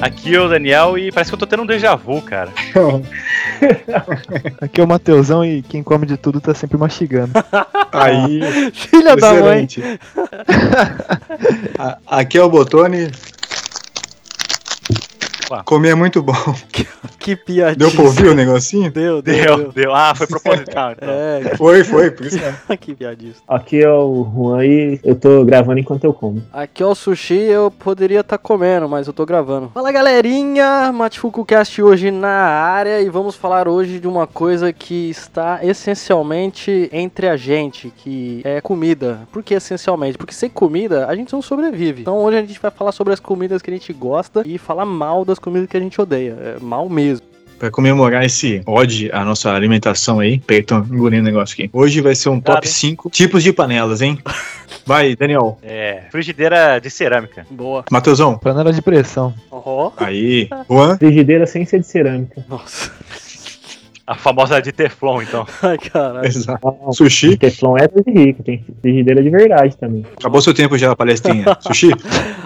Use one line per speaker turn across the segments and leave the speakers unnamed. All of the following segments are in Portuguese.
Aqui é o Daniel e parece que eu tô tendo um déjà vu, cara.
Aqui é o Mateusão e quem come de tudo tá sempre mastigando.
Aí,
Filha da mãe.
excelente. A- Aqui é o Botone.
Uá.
Comer é muito bom.
Que piadinha.
Deu pra ouvir o negocinho?
Deu, deu,
Deu,
deu.
deu. Ah, foi proposital. Então.
É,
Foi, foi. Por isso que
que piadista.
Aqui é o Juan e eu tô gravando enquanto eu como.
Aqui é o sushi, eu poderia estar comendo, mas eu tô gravando. Fala galerinha, MatifucoCast hoje na área e vamos falar hoje de uma coisa que está essencialmente entre a gente, que é comida. Por que essencialmente? Porque sem comida a gente não sobrevive. Então hoje a gente vai falar sobre as comidas que a gente gosta e falar mal das comidas que a gente odeia. É, mal mesmo.
Pra comemorar esse ódio à nossa alimentação aí. Peitão, engolindo o negócio aqui. Hoje vai ser um
Claro,
top
hein?
5 tipos de panelas, hein? Vai, Daniel.
É, frigideira de cerâmica.
Boa.
Mateusão.
Panela de pressão.
Ó.
Aí. Juan.
Frigideira sem ser de cerâmica.
Nossa.
A famosa de Teflon, então.
Ai, caralho.
Exato.
Não,
Sushi.
Teflon é de rico, tem frigideira de verdade também.
Acabou seu tempo já, palestrinha. Sushi.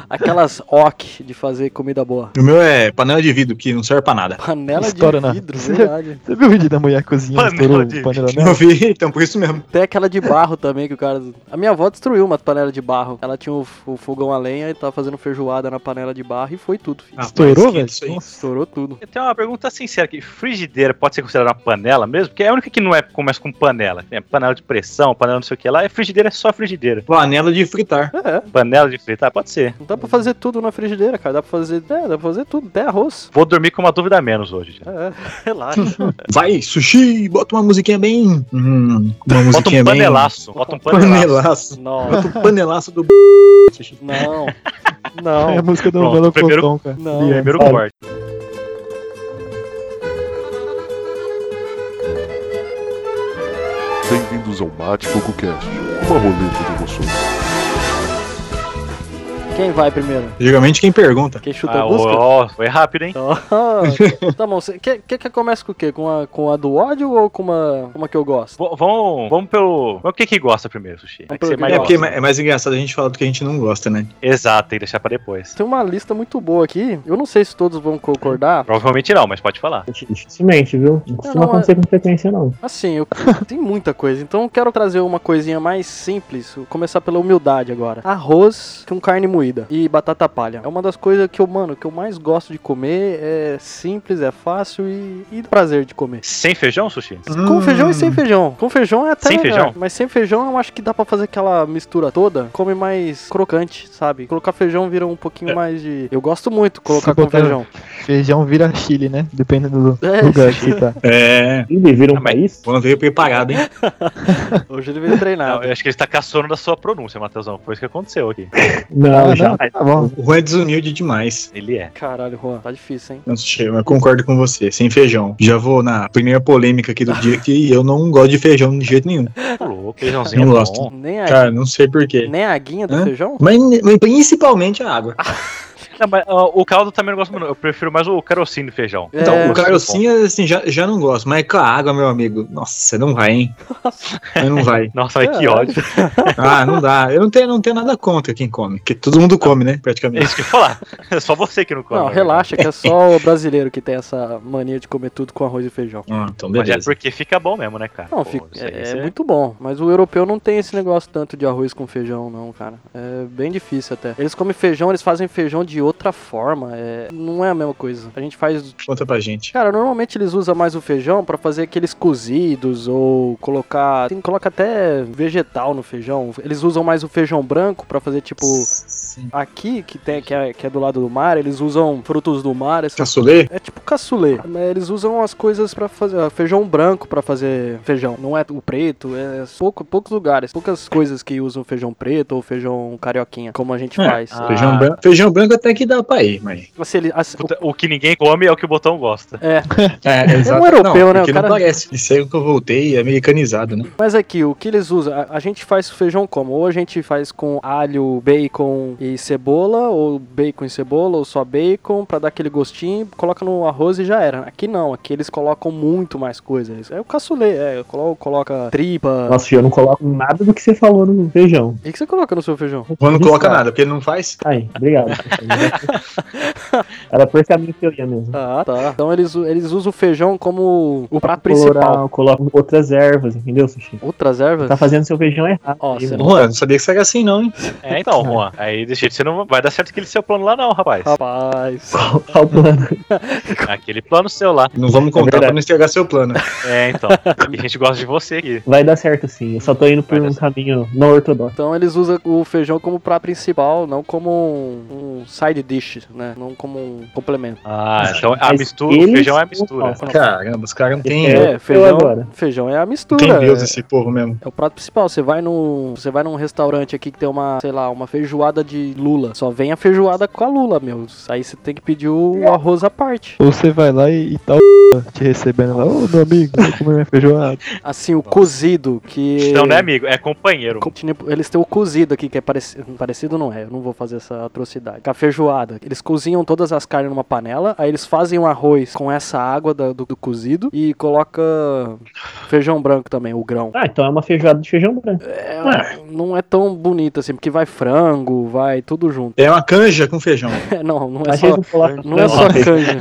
Aquelas ok de fazer comida boa.
O meu é panela de vidro, que não serve pra nada.
Panela
Estoura
de
na-
vidro, verdade.
Você viu o vídeo da mulher cozinhando?
Panela
Estourou
de-
o panela
Eu
nela?
vi, então por isso mesmo.
Tem aquela de barro também que o cara. A minha avó destruiu uma panela de barro. Ela tinha o, f- o fogão a lenha e tava fazendo feijoada na panela de barro e foi tudo,
Ah.
filho.
Estourou, velho?
Isso aí.
Nossa.
Estourou tudo.
Eu tenho uma pergunta sincera aqui. Frigideira pode ser considerada uma panela mesmo? Porque é a única que não é começa com panela. É panela de pressão, panela não sei o que lá. É frigideira, é só frigideira.
Panela de fritar.
É,
Panela de fritar, ah, pode ser.
não dá pra fazer tudo na frigideira, cara. Dá pra fazer. É, dá pra fazer tudo, até arroz.
Vou dormir com uma dúvida a menos hoje. já.
É, relaxa.
Vai, sushi, bota uma musiquinha bem. Hum, uma
Bota
musiquinha
um
bem.
panelaço. Bota um panelaço.
Panelaço.
Nossa.
Um panelaço do. Sushi.
Não.
É a
Não.
música do
Pronto,
Belo
primeiro-
Clotão, cara.
Não.
Ele é-
Primeiro
Sabe.
corte.
Bem-vindos ao Mate Fogo Cast, uma roleta de emoções.
Quem vai primeiro?
Geralmente quem pergunta.
Quem chuta
Ah,
a busca?
ó, ó, foi rápido, hein?
Ó, tá bom, cê, quer, quer que eu comece com o quê? Com a, com a do ódio ou com uma, uma que eu gosto?
V- Vamos, vamos pelo. O que que gosta primeiro, Sushi? É
Vamos
que você
pelo que
mais
É porque
gosta.
é mais- é mais engraçado a gente falar do que a gente não gosta, né?
Exato, tem que deixar pra depois.
Tem uma lista muito boa aqui. Eu não sei se todos vão concordar.
Provavelmente não, mas pode falar.
Dificilmente, viu? Não costuma
não,
é.
acontecer com frequência, não.
Assim, eu... tem muita coisa. Então eu quero trazer uma coisinha mais simples. Vou Começar pela humildade agora. Arroz com carne moída e batata palha. É uma das coisas que eu, mano, que eu mais gosto de comer. É simples, é fácil e, e dá prazer de comer.
Sem feijão, Sushi?
Com feijão e sem feijão. Com feijão é até
Sem
melhor,
feijão?
Mas sem feijão eu acho que dá pra fazer aquela mistura toda. Come mais crocante, sabe? Colocar feijão vira um pouquinho mais de... Eu gosto muito colocar
Se
com
botar-
feijão.
Feijão vira Chile, né? Dependendo do
É.
lugar que você tá.
É.
Ele vira um
Ah, mas-
país?
O Juan veio preparado, hein?
Hoje ele veio
Não,
treinado.
eu acho que ele tá caçando da sua pronúncia, Matheusão. Foi isso que aconteceu aqui.
Ah,
Não,
não,
já.
tá bom.
O Juan é desumilde demais.
Ele é.
Caralho, Juan, tá difícil, hein?
Não, Sushi, eu concordo com você. Sem feijão. Já vou na primeira polêmica aqui do dia que eu não gosto de feijão de jeito nenhum.
Tá louco, feijãozinho
Não
é
gosto.
bom.
Nem a,
Cara, não sei porquê.
nem a aguinha do
Hã?
feijão?
Mas, mas principalmente a
Ah,
água.
Não, mas, ó, o caldo também eu não gosto muito. não. Eu prefiro mais o carocinho do feijão. Tá
É,
Então,
acho
o carocinho, assim, já, já não gosto, mas com a água, meu amigo, nossa, não vai, hein? Mas não vai.
Nossa, mas que
É.
ódio.
Ah, não dá. Eu não tenho, não tenho nada contra quem come, porque todo mundo come, né,
É
praticamente.
isso que eu ia falar. É só você que não come.
Não,
né?
relaxa, que é só o brasileiro que tem essa mania de comer tudo com arroz e feijão.
Ah, então,
Mas é
beleza.
porque fica bom mesmo, né, cara? Pô,
Não, fica-
isso aí,
é,
isso
é
aí.
muito bom, mas o europeu não tem esse negócio tanto de arroz com feijão, não, cara. É bem difícil até. Eles comem feijão, eles fazem feijão de outra forma, é... não é a mesma coisa. A gente faz.
Conta pra gente.
Cara, normalmente eles usam mais o feijão pra fazer aqueles cozidos ou colocar. Tem, coloca até vegetal no feijão. Eles usam mais o feijão branco pra fazer tipo.
Sim.
Aqui, que, tem, que, é, que é do lado do mar, eles usam frutos do mar, essas
Caçulê?
É tipo caçulê. né? Eles usam as coisas pra fazer ó, feijão branco pra fazer feijão. Não é o preto, é pouco, poucos lugares, poucas coisas que usam feijão preto ou feijão carioquinha, como a gente
É.
faz.
Ah.
Feijão branco. Feijão branco até que dá pra ir, mas.
Assim, ele, assim,
Puta, o que ninguém come é o que o botão gosta.
é,
É,
exato. europeu, né? O
Porque
cara-
não parece. Isso aí que eu voltei é americanizado, né?
mas aqui, o que eles usam? A, a gente faz feijão como? Ou a gente faz com alho, bacon e cebola, ou bacon e cebola, ou só bacon, pra dar aquele gostinho, coloca no arroz e já era. Aqui não, aqui eles colocam muito mais coisas. É o caçulê, é, colo- coloca tripa.
Nossa, eu não coloco nada do que você falou no feijão.
O que, que você coloca no seu feijão?
O Juan não coloca nada, porque ele não faz.
Ai, obrigado. Era por esse caminho que eu ia mesmo.
Ah, tá. Então eles, u- eles usam o feijão como o prato principal.
Colorar, coloco outras ervas, entendeu, Sushi?
Outras ervas?
Tá fazendo seu feijão errado.
Ó,
aí,
você
mano.
Juan, não sabia que você era assim, não, hein?
É, então, Juan. Aí desse jeito você não vai dar certo aquele seu plano lá, não, rapaz.
Rapaz.
Qual, qual o plano?
Ah,
Aquele plano seu lá.
Não vamos
É
contar
verdade.
pra não estragar seu plano.
É, então. E a gente gosta de você aqui.
Vai dar certo sim. Eu só tô indo por
Vai dar
um caminho não ortodoxo.
Então eles usam o feijão como prato principal, não como um, um side dish, né? Não como um complemento.
Ah, então a
Mas
mistura, o
eles
feijão é a
são
mistura.
falsos.
Caramba, os caras não têm.
É,
É,
eu
feijão,
agora.
feijão é a
Não
mistura.
tem Deus
é-
esse povo mesmo.
É o prato principal. Você vai num, você vai num restaurante aqui que tem uma, sei lá, uma feijoada de lula. Só vem a feijoada com a lula, meu. Aí você tem que pedir o arroz à parte.
Ou você vai lá e, e tá o te recebendo lá, ô meu amigo, vou comer minha feijoada.
Assim, o cozido que
Então, né, amigo? É companheiro.
Co- tinha- Eles têm o cozido aqui, que é parecido. Parecido não é, eu não vou fazer essa atrocidade. Com a feijoada. Eles cozinham todas as carnes numa panela, aí eles fazem o arroz com essa água da- do, do cozido e coloca feijão branco também, o grão.
Ah, então é uma feijoada de feijão branco.
É, não é tão bonito assim, porque vai frango, vai tudo junto.
É uma canja com feijão.
É, não, não é
Mas eles
só.
não colocam
Não é só
feijão.
canja.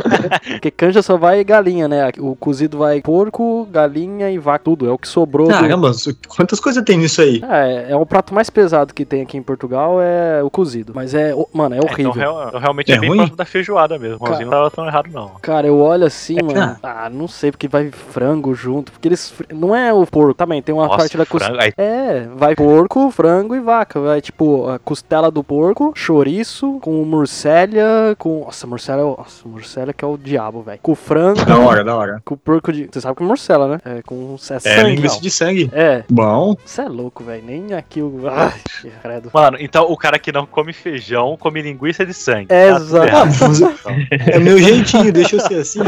Porque canja só vai galinha, né? O cozido vai porco, galinha e vaca, tudo. É o que sobrou. do-
Caramba, su- quantas coisas tem nisso aí?
É, é o prato mais pesado que tem aqui em Portugal, é o cozido. Mas é, o- mano, é
É, então,
horrível.
real- então realmente é,
É
bem
ruim?
próximo da feijoada mesmo. O Juanzinho não tava tão errado, não.
Cara, eu olho assim, mano. Ah, não sei, porque vai frango junto. Porque eles. fr- Não é o porco também, tem uma parte da costela.
frango, aí,
É, vai porco, frango e vaca. Vai tipo a costela do porco, chouriço, com morcélia, com. Nossa, morcélia é o. Nossa, morcélia que é o diabo, velho. Com frango,
Da hora, da hora.
com porco de. Você sabe que é morcela, né? É, com. É,
É,
sangue.
linguiça de sangue.
não. É,
Bom,
você é louco, velho. Nem aqui o. Ai, credo.
Mano, então o cara que não come feijão come linguiça de sangue.
É,
Tá tudo
exato.
errado.
mas- é meu jeitinho, deixa eu ser assim.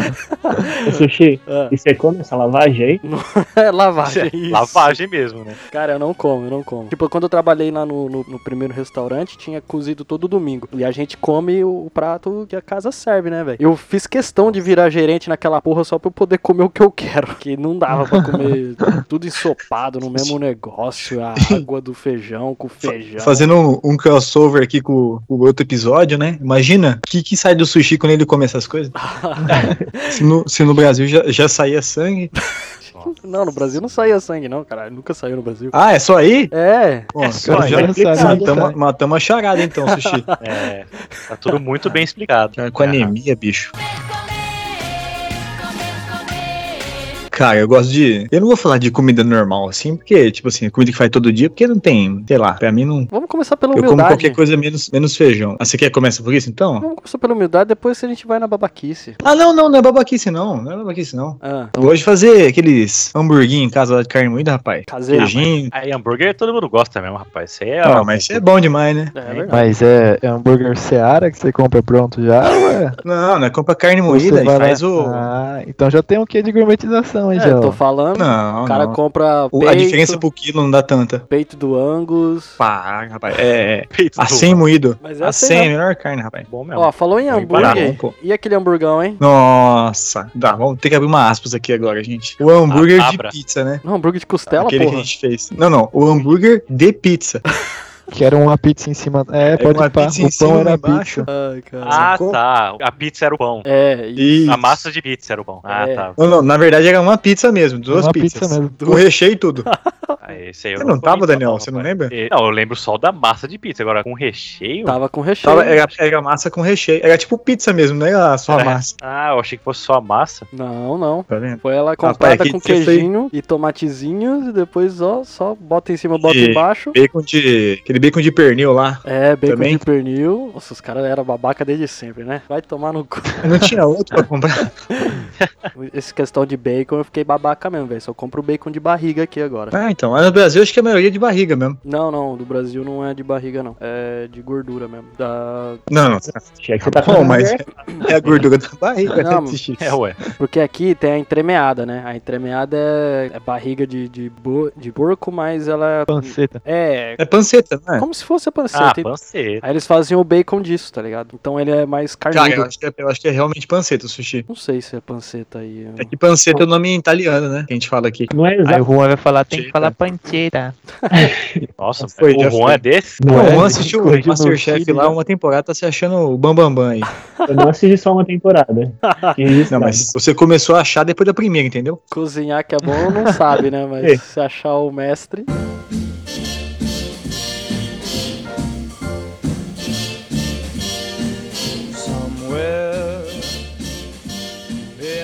Ô, Sushi,
Ah.
e você come essa lavagem aí?
É lavagem.
É
isso.
Lavagem mesmo, né?
Cara, eu não como, eu não como. Tipo, quando eu trabalhei lá no, no, no primeiro restaurante, tinha cozido todo domingo. E a gente come o, o prato que a casa serve, né, velho? Eu fiz questão de virar gerente naquela porra só pra eu poder comer o que eu quero. Que não dava pra comer tudo ensopado no mesmo negócio. A água do feijão com feijão.
Fazendo um, um crossover aqui com, o- com o outro episódio, né? Imagina o que, que sai do sushi quando ele come essas coisas. se, no, se no Brasil já, já saía sangue.
Não, no Brasil não saía sangue, não, cara. Nunca saiu no Brasil.
Ah, é só aí?
É,
Pô,
só
cara,
aí. Tá
já
Já
explicado,
sabe, né?
então,
já
ma-
sabe.
matamos a charada então, sushi.
É, tá tudo muito bem explicado.
Cara, com
É.
anemia, bicho. Cara, eu gosto de. Eu não vou falar de comida normal, assim, porque, tipo assim, comida que faz todo dia, porque não tem, sei lá, pra mim não.
vamos começar pela
Eu como
humildade.
qualquer coisa menos, menos feijão. Ah, você quer começa por isso então?
Vamos começar pela humildade, depois a gente vai na babaquice.
Ah, não, não, não é babaquice não. Não é babaquice não.
Ah,
Eu gosto de fazer aqueles hamburguinho em casa lá de carne moída, rapaz.
caseiro.
Queijinho.
Aí hambúrguer todo mundo gosta mesmo, rapaz. Isso aí é.
Ah, mas isso é bom demais, né?
É verdade.
Mas é, é hambúrguer Seara que você compra pronto já, ué?
Não, não é compra carne
Ou
moída
você
e
vai lá-
faz o.
Ah, então já tem o quê de gourmetização aí,
É,
já?
eu tô
ó.
falando.
Não,
O cara
não.
compra
O-
peito,
A diferença pro quilo não dá tanta.
peito do Angus.
Pá, rapaz. É, é.
Peito
A
do-
100 moído.
Mas é
A
assim,
100 é a
né?
melhor carne, rapaz.
Bom mesmo.
Ó, falou em
Bom,
hambúrguer.
bom, pô.
e aquele hamburgão, hein?
Nossa, dá, vamos ter que abrir uma aspas aqui agora, gente. O hambúrguer
A-
de
abra.
pizza, né?
Não, hambúrguer de costela,
Aquele que
porra.
a gente fez. Não, não, o hambúrguer de pizza.
Quero uma pizza em cima. É, pode
uma
pá.
pizza em
O
cima
pão
e
era
embaixo.
pizza.
Ai, cara.
ah,
sacou?
tá. A pizza era o pão.
É, e
E...
A massa de pizza era o pão. Ah,
É.
tá.
Não, não, na verdade era uma pizza mesmo, duas
uma
pizzas.
pizza mesmo.
Com recheio e tudo.
Ah, esse aí eu
Você não
comi
tava,
só,
Daniel?
não,
Você não
rapaz.
lembra?
Eh, Não, eu lembro só da massa de pizza. Agora, com recheio.
tava com recheio.
Tava, é- era, era massa com recheio. Era tipo pizza mesmo, não era só
Era.
massa.
Ah, eu achei que fosse só a massa.
Não, não.
Tá vendo?
Foi ela
Rapaz,
comprada
que
com
que você fez?
queijinho e tomatezinhos e depois, ó, só bota em cima, bota
E-
embaixo.
Bacon de. Aquele bacon de pernil lá.
É, bacon
Também?
de pernil. Nossa, os caras eram babaca desde sempre, né? Vai tomar no cu.
Não tinha outro pra comprar.
Essa questão de bacon, eu fiquei babaca mesmo, velho. Só compro bacon de barriga aqui agora.
Ah, então, Mas no Brasil acho que a maioria é de barriga mesmo.
Não, não, do Brasil não é de barriga, não. É de gordura mesmo. Da...
Não, não.
Achei que você tá
Bom,
falando.
mas é a gordura da barriga,
Não,
né, Titi?
É, ué.
Porque aqui tem a entremeada, né? A entremeada é, é barriga de, de, bo- de porco, mas ela
Panceta.
é.
É panceta, não é?
como se fosse a
Ah,
panceta.
panceta.
Aí eles faziam o bacon disso, tá ligado? Então ele é mais carnudo.
Cara, eu acho, que é, eu acho que é realmente panceta o sushi.
Não sei se é panceta aí. eu-
É que panceta é o nome italiano, né? Que a gente fala aqui.
Não é
Aí o
exato.
Juan vai falar, tem que
Cheira.
falar pancheira.
Nossa,
Já foi,
o
já
Juan
foi.
é desse?
Não,
Não,
é,
o Juan
ele
assistiu
corrigiu
o
no
Masterchef
Chile,
lá
né?
uma temporada, tá se achando o Bambambam aí.
Eu não assisti só uma temporada. Que isso,
Não, mas você começou a achar depois da primeira, entendeu?
Cozinhar que é bom não sabe, né?
É.
Mas se achar o mestre.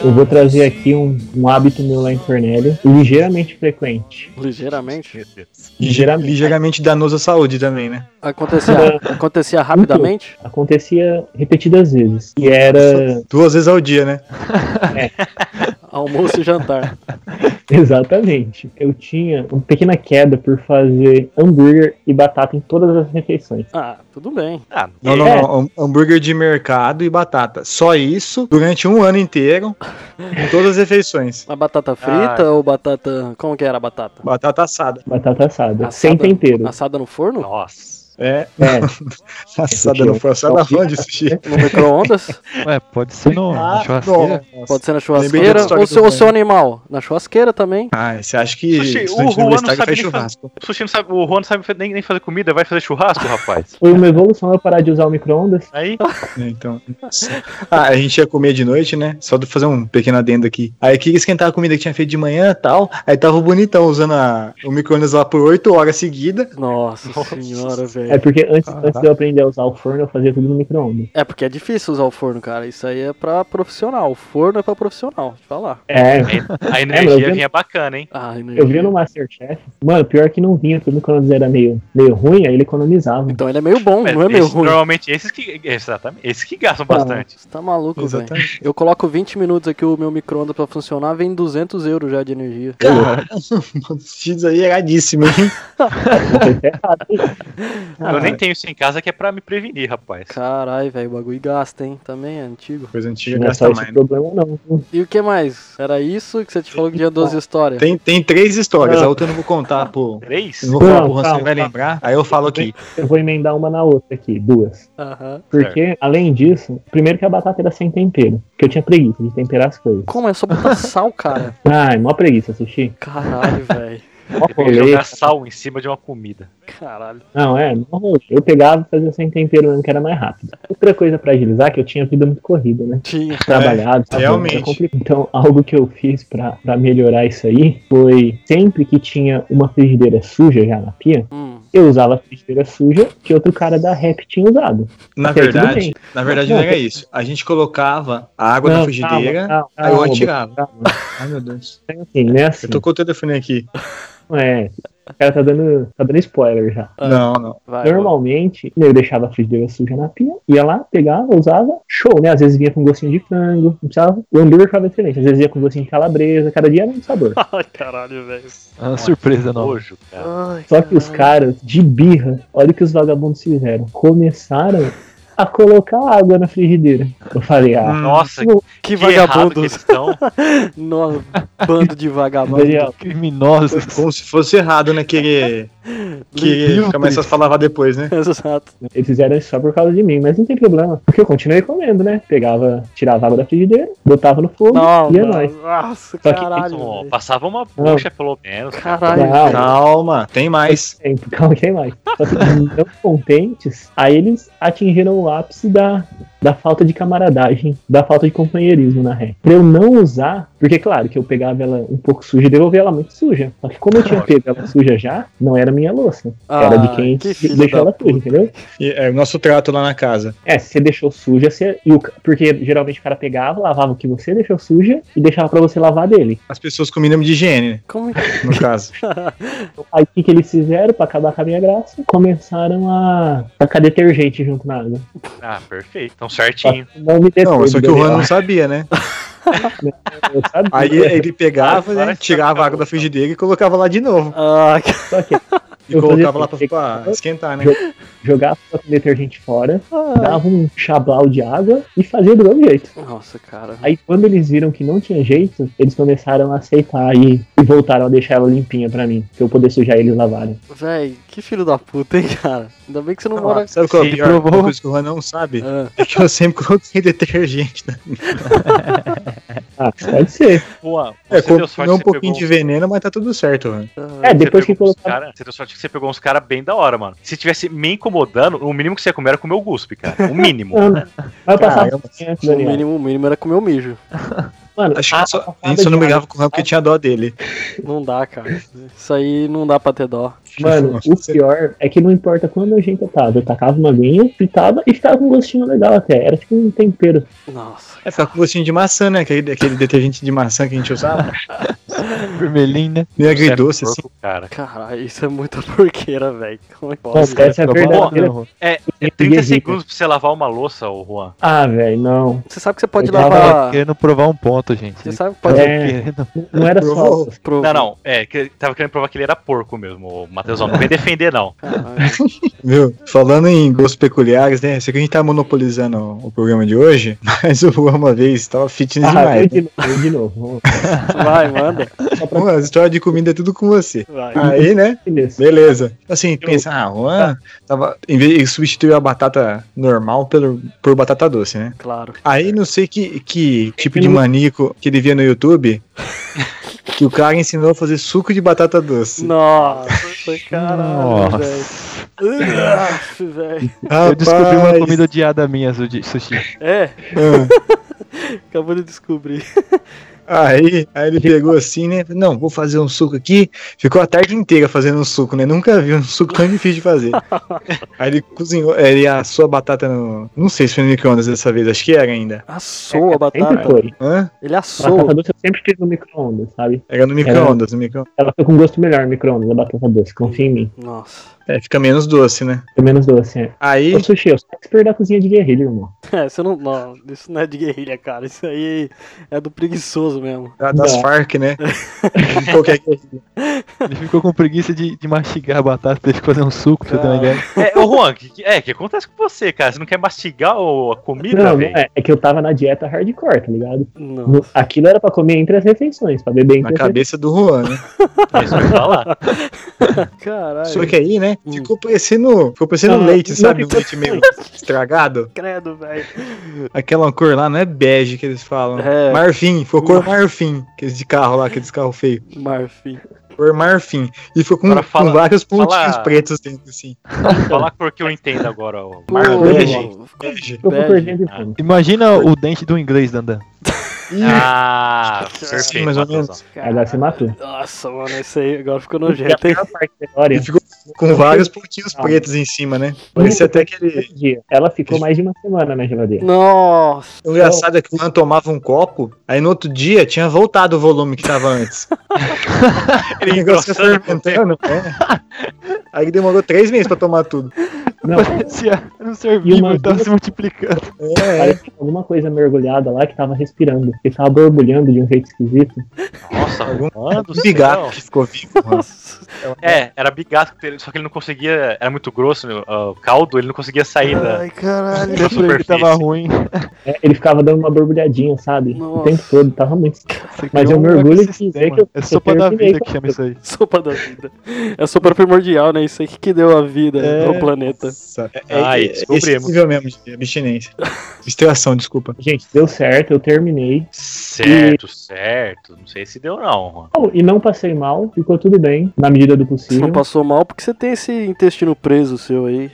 Eu vou trazer aqui um, um hábito meu lá em Cornélio, ligeiramente frequente.
Ligeiramente.
Ligeiramente.
Ligeiramente danoso à saúde também, né?
Acontecia, acontecia rapidamente.
Acontecia repetidas vezes. E era.
Duas vezes ao dia, né?
Almoço e jantar.
Exatamente. Eu tinha uma pequena queda por fazer hambúrguer e batata em todas as refeições.
Ah, tudo bem.
Ah,
Não, não,
É.
não. Hum- Hambúrguer de mercado e batata. Só isso durante um ano inteiro, em todas as refeições.
A batata frita ou batata. Como que era a batata?
Batata assada.
Batata assada. Sem tempero.
Assada no forno?
Nossa.
É,
É,
assada não foi assada fã de sushi.
No micro-ondas?
Ué, É, pode ser no
Ah,
Ah,
na churrasqueira.
Pode ser na
Lembrei de outra
churrasqueira.
história
Ou
do
seu, ou
Juan.
seu animal? Na churrasqueira também.
Ah, você acha que
Sushi,
estudante
o Juan não
universitário
sabe
faz
nem fa-
churrasco?
O sushi não sabe, o Juan não sabe nem, nem fazer comida, vai fazer churrasco, rapaz.
Foi uma evolução eu parar de usar o micro-ondas.
Aí,
né? Então, ah, a gente ia comer de noite, né? Só de fazer um pequeno adendo aqui. Aí queria esquentar a comida que tinha feito de manhã e tal. Aí tava o bonitão usando a- o micro-ondas lá por 8 horas seguida.
Nossa,
Nossa.
senhora,
É
velho.
porque antes,
Caraca.
antes de eu aprender a usar o forno, eu fazia tudo no micro-ondas.
É porque é difícil usar o forno, cara. Isso aí é pra profissional. O forno é pra profissional. Deixa eu falar.
É,
a
mas eu
energia
vi-
vinha bacana, hein?
Ah, energia.
eu via no Masterchef. Mano, pior que não vinha, porque o micro-ondas era meio, meio ruim, aí ele economizava.
Então ele é meio bom,
Mas
não é meio
esses-
ruim.
Normalmente esses que. Exatamente. Esses que gastam
Ah.
bastante.
Você tá maluco, velho.
Exatamente.
Eu coloco 20 minutos aqui o meu micro-ondas pra funcionar, vem 200 euros já de energia.
Caramba, o sushi desagradíssimo, hein?
eu nem tenho isso em casa que é pra me prevenir, rapaz.
Caralho, velho, o bagulho gasta, hein? Também é antigo.
Coisa antiga,
Não é só
gasta
esse
mais. né?
problema, não.
E o que mais? Era isso que você te falou que tinha 12 histórias?
né? Tem, tem três histórias, a outra eu não vou contar, pô.
Três?
Eu não vou falar
Não,
pro Juan, você
calma,
vai
calma.
lembrar. Aí eu falo aqui.
Eu vou emendar uma na outra aqui, duas.
Aham.
Porque, além disso, primeiro que a batata era sem tempero, porque eu tinha preguiça de temperar as coisas.
Como é só botar sal, cara?
Ai, mó preguiça assistir.
Caralho, velho.
Mó
Tem que
rolê.
jogar sal em cima de uma comida.
Caralho.
Não, é, mó rolê. Eu pegava e fazia sem tempero mesmo, que era mais rápido. Outra coisa pra agilizar, é que eu tinha vida muito corrida, né?
Tinha.
Trabalhado, sabe?
realmente.
Era complicado. Então, algo que eu fiz pra, pra melhorar isso aí foi sempre que tinha uma frigideira suja já na pia,
Hum.
eu usava a frigideira suja que outro cara da rap tinha usado.
Na
Até aí, tudo
verdade,
bem.
na verdade
Não,
não era isso. A gente colocava a água na
Não,
frigideira,
calma, Ah,
aí eu
calma,
atirava.
calma.
Ai, meu Deus.
Não é assim, não é assim.
Eu tocou o telefone aqui.
É, o cara tá dando, tá dando spoiler já.
Ah.
Não, não.
Vai.
Normalmente, eu deixava a frigideira suja na pia, ia lá, pegava, usava, show, né? Às vezes vinha com gostinho de frango, não precisava. O hambúrguer ficava excelente, às vezes ia com gostinho de calabresa, cada dia era um sabor.
Ai, caralho, velho.
É uma surpresa não.
Nojo, cara.
Ai,
Só que os
caralho.
caras, de birra, olha o que os vagabundos fizeram. Começaram a colocar água na frigideira. Eu falei, ah,
Nossa, que,
Que
errado que
vagabundos.
eles estão.
No bando de vagabundos.
Daniel,
Criminosos.
Como se fosse errado, né? Querer, querer
Livre.
começar a falar depois, né?
Exato.
eles fizeram isso só por causa de mim, mas não tem problema. Porque eu continuei comendo, né? Pegava, tirava a água da frigideira, botava no fogo
Não,
e é
não.
nóis.
Nossa,
que-
caralho.
Ó,
velho.
passava uma bucha, pelo menos.
Caralho.
Não.
velho.
Calma, tem mais.
tempo, calma que tem mais. Só que não contentes, aí eles atingiram o ápice da, da falta de camaradagem, da falta de companheirismo na ré. Pra eu não usar, porque claro que eu pegava ela um pouco suja e devolvia ela muito suja. Só que como eu tinha pego ela suja já, não era minha louça. Era
Ah,
de quem
que filho
deixou
da
ela suja, entendeu?
E, é o nosso trato lá na casa.
É, se você deixou suja, você, e o ca- porque geralmente o cara pegava, lavava o que você deixou suja e deixava pra você lavar dele.
As pessoas com mínimo de higiene, né,
Como é que
no caso.
Aí o que, que eles fizeram pra acabar com a minha graça? Começaram a tacar detergente junto na água.
Ah, perfeito. Então certinho.
Não me
Não,
defendo,
só que o
É Daniel.
Juan não sabia, né?
Eu sabia.
Aí ele pegava,
Agora então.
né,
está
tirava a água
calor,
da frigideira e colocava lá de novo.
Ah, que-
é-
Só que
E
Eu fazia
colocava lá pra,
assim,
pra esquentar, né?
jogava o detergente fora, dava um chablau de água e fazia do mesmo jeito.
Nossa, cara.
Aí quando eles viram que não tinha jeito, eles começaram a aceitar e, e voltaram a deixar ela limpinha pra mim, pra eu poder sujar e eles lavarem.
Véi, que filho da puta, hein, cara? Ainda bem que você não mora.
Sabe o que é
Se
o pior?
provou.
Uma coisa que o Juan não sabe
Ah,
é que eu sempre coloquei detergente. Né?
Ah, pode ser.
Pô,
É,
você deu sorte
combinou um
que você
pouquinho
pegou...
de veneno, mas tá tudo certo, mano.
É,
você
depois que
pegou uns
colocaram.
cara- você deu sorte que você pegou uns caras bem da hora, mano. Se tivesse me incomodando, o mínimo que você ia comer era comer o guspe, cara. O mínimo.
Não, não. Vai passar
Caramba.
assim antes,
o,
Daniel.
mínimo, o mínimo era comer o mijo.
Mano,
Acho
a-
que só,
a
a gente só não
de
brigava com o Juan porque tinha dó dele.
Não dá, cara. Isso aí não dá pra ter dó.
Mano, o
né?
pior é que não importa quando a gente tava, eu tacava uma aguinha, pitava e ficava com um gostinho legal até. Era tipo um tempero.
Nossa.
É, ficar com gostinho de maçã, né? Aquele, aquele detergente de maçã que a gente usava.
Vermelhinho, né?
É,
Meio agridoce,
Serve
assim.
pro corpo, um cara.
Caralho, isso é muita porqueira, velho. Como é que
Nossa,
pode?
essa é a
Tá bom,
né?
verdadeira.
não,
É 30 segundos pra você lavar uma louça, ô Juan.
Ah, velho, não.
Você sabe que você pode
Eu tava
Tava
lavar.
querendo provar um ponto, gente.
Você sabe que
Tava
pode.
É.
querendo-
Não era
Provou.
só.
Pro...
Não, não. É, que tava querendo provar que ele era porco mesmo, ô Matheusão. Não vem defender, não.
Caralho.
assim, Viu? Falando em gostos peculiares, né? Sei que a gente tá monopolizando o, o programa de hoje, mas o Juan uma vez tava fitness
Ah, eu
demais. né?
de, eu de novo.
Vai, manda. Hum,
Juan, a história de comida é tudo com você.
Vai.
Aí, né?
Beleza.
Beleza. Assim, pensa, ah, Juan
Tá.
tava. Em vez de substituir a batata normal pelo, por batata doce, né?
Claro.
Aí não sei que, que tipo
Hum.
de maníaco que ele via no YouTube que o cara ensinou a fazer suco de batata doce.
Nossa, caralho, velho.
Nossa.
Nossa, velho.
Eu descobri uma
Rapaz.
comida odiada minha, Sushi. sushi.
É,
Ah,
acabou de descobrir.
Aí, aí ele pegou assim, né? Não, vou fazer um suco aqui. Ficou a tarde inteira fazendo um suco, né? Nunca vi um suco tão difícil de fazer. Aí ele cozinhou, é, ele assou a batata no. Não sei se foi no micro-ondas dessa vez, acho que era ainda.
Assou a
É, Sempre
batata.
foi.
Hã?
Ele assou.
Batata doce eu sempre fiz no micro-ondas, sabe?
Era no micro-ondas, no micro
Ela fica com um gosto melhor no micro-ondas, a batata doce. Confia em mim.
Nossa.
É, fica menos doce, né?
Fica menos doce, é.
Aí,
Ô, sushi, eu sou expert da cozinha de guerrilha, irmão.
É, você não. Não, isso não é de guerrilha, cara. Isso aí é do preguiçoso mesmo.
da- das
Não.
Farc, né? Qualquer
Ele ficou com preguiça de, de mastigar a batata, teve que fazer um suco, pra você ter uma ideia.
É, ô Juan, que, que- é, que acontece com você, cara? Você não quer mastigar ô, a comida,
Não, não
né?
velho?
é. É que eu tava na dieta hardcore, tá ligado?
Não.
No- Aquilo era pra comer entre as refeições, pra beber entre
na
as refeições.
cabeça do Juan, né?
É isso que eu ia falar.
Só
Caralho.
que aí, né?
Hum.
Ficou parecendo, ficou parecendo
Ah,
leite,
não
sabe? Um
ficou-
leite meio estragado.
Credo, velho.
Aquela cor lá não é bege que eles falam.
É.
Marfim, ficou cor marfim. Aqueles de carro lá, aqueles carro feio.
Marfim.
Cor marfim. E ficou com,
Agora fala-
com vários pontinhos
fala-
pretos dentro, assim.
Falar cor que eu entendo agora, ô.
Pô,
Bege.
Eu
Bege.
tô perdendo de fome.
Imagina o dente do inglês, Dandan.
Ah,
Assim,
perfeito,
mais ou menos.
Matheusão.
Agora tá. você matou.
Nossa, mano, isso aí agora ficou
E a
nojento, hein?
pior parte da história,
E ficou com vários pontinhos
Ah.
pretos em cima, né? Parecia até aquele.
todo dia. Ela ficou mais de uma semana na geladeira.
Nossa.
O engraçado é que o Juan tomava um copo, aí no outro dia tinha voltado o volume que tava antes. o
Ele
negócio
engrossando
foi fermentando, é. Aí demorou três meses pra tomar tudo.
Não,
Parecia, era um servinho,
uma
ele tava
duas-
se multiplicando.
É,
Parece que tinha alguma coisa mergulhada lá que tava respirando. Ele tava borbulhando de um jeito esquisito.
Nossa,
Algum-
mano do
um
céu.
bigato que ficou vivo, mano.
É, era bigato, que ele- só que ele não conseguia. Era muito grosso né, o caldo, ele não conseguia sair da.
Ai, caralho.
Eu falei que tava ruim.
É, ele ficava dando uma borbulhadinha, sabe? O
Nossa.
tempo todo, tava muito.
Você
Mas
criou
eu me orgulho de
ecossistema.
dizer que eu-
É
eu
sopa da
terminei
vida
com
que chama isso aí.
Sopa da vida. É sopa primordial, né? Isso aí que deu a vida
É.
ao planeta.
Nossa, é,
Ai, descobrimos.
esse nível mesmo de abstinência. Distração, desculpa.
Gente, deu certo, eu terminei.
Certo, certo. Não sei se deu, não, Juan.
Não, E não passei mal, ficou tudo bem, na medida do
Você
possível.
não passou mal porque você tem esse intestino preso seu aí.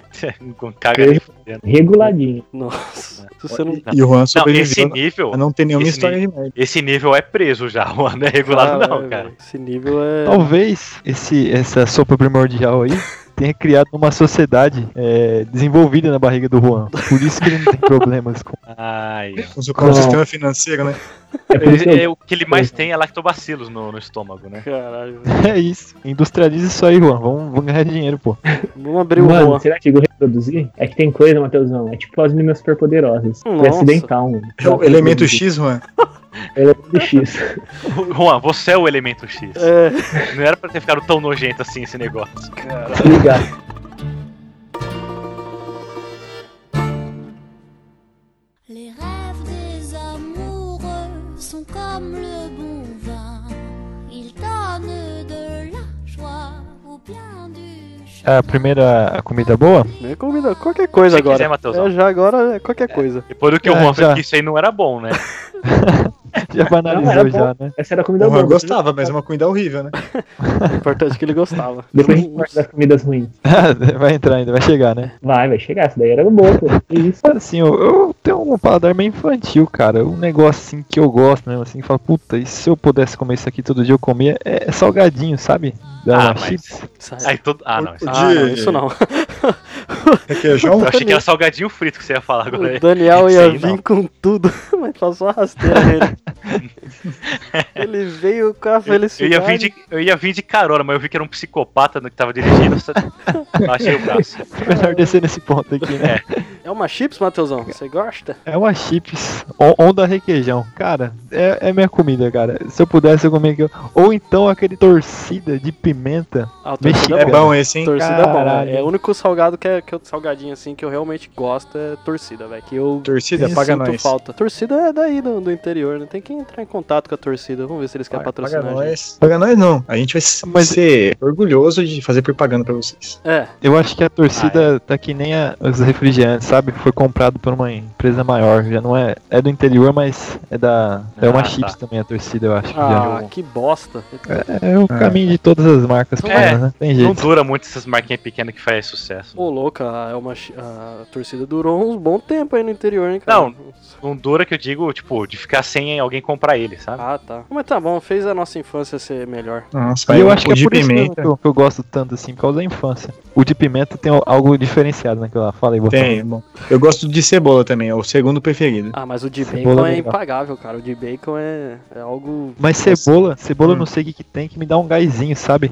Com Caga nem fudendo.
Reguladinho.
Nossa. Se você não.
E o Juan
Não, esse
sobreviveu.
nível.
a Ah, Não tem nenhuma
esse
história de merda.
Esse nível é preso já, Juan. Não é regulado, não,
Caralho,
cara.
Ah, Esse nível é.
Talvez esse, essa sopa primordial aí tenha criado uma sociedade é, desenvolvida na barriga do Juan. Por isso que ele não tem problemas com.
Ai.
Com o- Com o sistema financeiro, né?
É por isso que eu-
É, o que ele mais tem é lactobacilos no, no estômago, né?
Caralho, velho.
É isso. Industrializa isso aí, Juan. Vamos, vamos ganhar dinheiro, pô.
Vamos abrir o
Mano,
Juan.
será que eu reproduzir? É que tem coisa, Matheusão. É tipo as meninas superpoderosas. Foi
Nossa.
acidental, mano.
É o elemento X, Juan.
Elemento X.
Juan, você é o elemento X.
É.
Não era pra ter ficado tão nojento assim esse negócio.
Obrigado.
Les rêves des amoureux sont comme le bon vin. Ils donnent de la joie ou bien du chagrin.
É, A primeira comida boa?
Minha comida, né? qualquer coisa
Se
agora.
quiser, Matheusão.
É, já agora é qualquer coisa.
Depois do que o
É,
Juan fez,
já.
que isso aí não era bom, né?
Já banalizou
era
já, né?
Essa era a comida
Bom,
boa.
eu gostava, mas é uma comida horrível, né?
O importante é que ele gostava.
Depois a gente parte das comidas ruins.
vai entrar ainda, vai chegar, né?
Vai, vai chegar. Essa daí era boa, pô. Que isso?
Assim, eu, eu tenho um paladar meio infantil, cara. Um negócio assim que eu gosto mesmo, assim, que fala, puta, e se eu pudesse comer isso aqui todo dia eu comia? É salgadinho, sabe? Da
Ah, mas-
chips.
Aí todo... Ah, não. Isso...
Ah, não, isso não.
Requeijão?
Eu achei que era salgadinho frito que você ia falar agora.
O Daniel
Isso
ia
aí não.
vir com tudo, mas passou a rasteira nele. ele veio com a
Eu ia,
felicidade.
vir de, eu ia vir de carona, mas eu vi que era um psicopata no que tava dirigindo. Só... Achei o braço.
Melhor descer nesse ponto aqui, né?
É uma chips, Matheusão? Você gosta?
É uma chips on- onda requeijão. Cara, é, é minha comida, cara. Se eu pudesse eu comia aquilo. Ou então aquele torcida de pimenta.
Ah, o
Mexica-
torcida
É
é bom.
bom esse, hein?
Torcida é bom,
Caralho.
né? É o único salgado que, é, que eu, salgadinho assim que eu realmente gosto é torcida, velho. Que eu
Torcida,
sinto
paga nós.
falta. Torcida é daí do, do interior, né? Tem que entrar em contato com a torcida. Vamos ver se eles querem
Paga,
patrocinar.
paga
a é gente.
nós. Paga nós não. A gente vai s-
Mas-
ser orgulhoso de fazer propaganda pra vocês.
É,
Eu acho que a torcida tá que nem a- os refrigerantes, sabe? Foi comprado por uma empresa maior. Já não é. É do interior, mas é da. É uma
Ah, tá.
chips também a torcida, eu acho.
ah,
já.
que bosta.
É o caminho de todas as marcas,
É,
cara, né? Tem
Não
jeito.
dura muito essas marquinhas pequenas que faz sucesso.
Ô, louca, é uma, chi- a torcida durou uns bom tempo aí no interior, hein, cara?
Não. Não dura que eu digo, tipo, de ficar sem alguém comprar ele, sabe?
Ah, tá. Mas tá bom, fez a nossa infância ser melhor.
Nossa,
E
vai
eu
um
acho que
pouco
é
de
por isso mesmo
pimenta.
que eu, que eu gosto tanto, assim, por causa da infância. O de pimenta tem algo diferenciado naquela. Fala aí, Botão.
Tem, é bom. Eu gosto de cebola também, é o segundo preferido.
Ah, mas o de
Cebola
bacon
é
é
legal.
impagável, cara. O de bacon é, é algo.
Mas cebola, cebola eu
Hum.
não sei o que, que tem, que me dá um gásinho, sabe?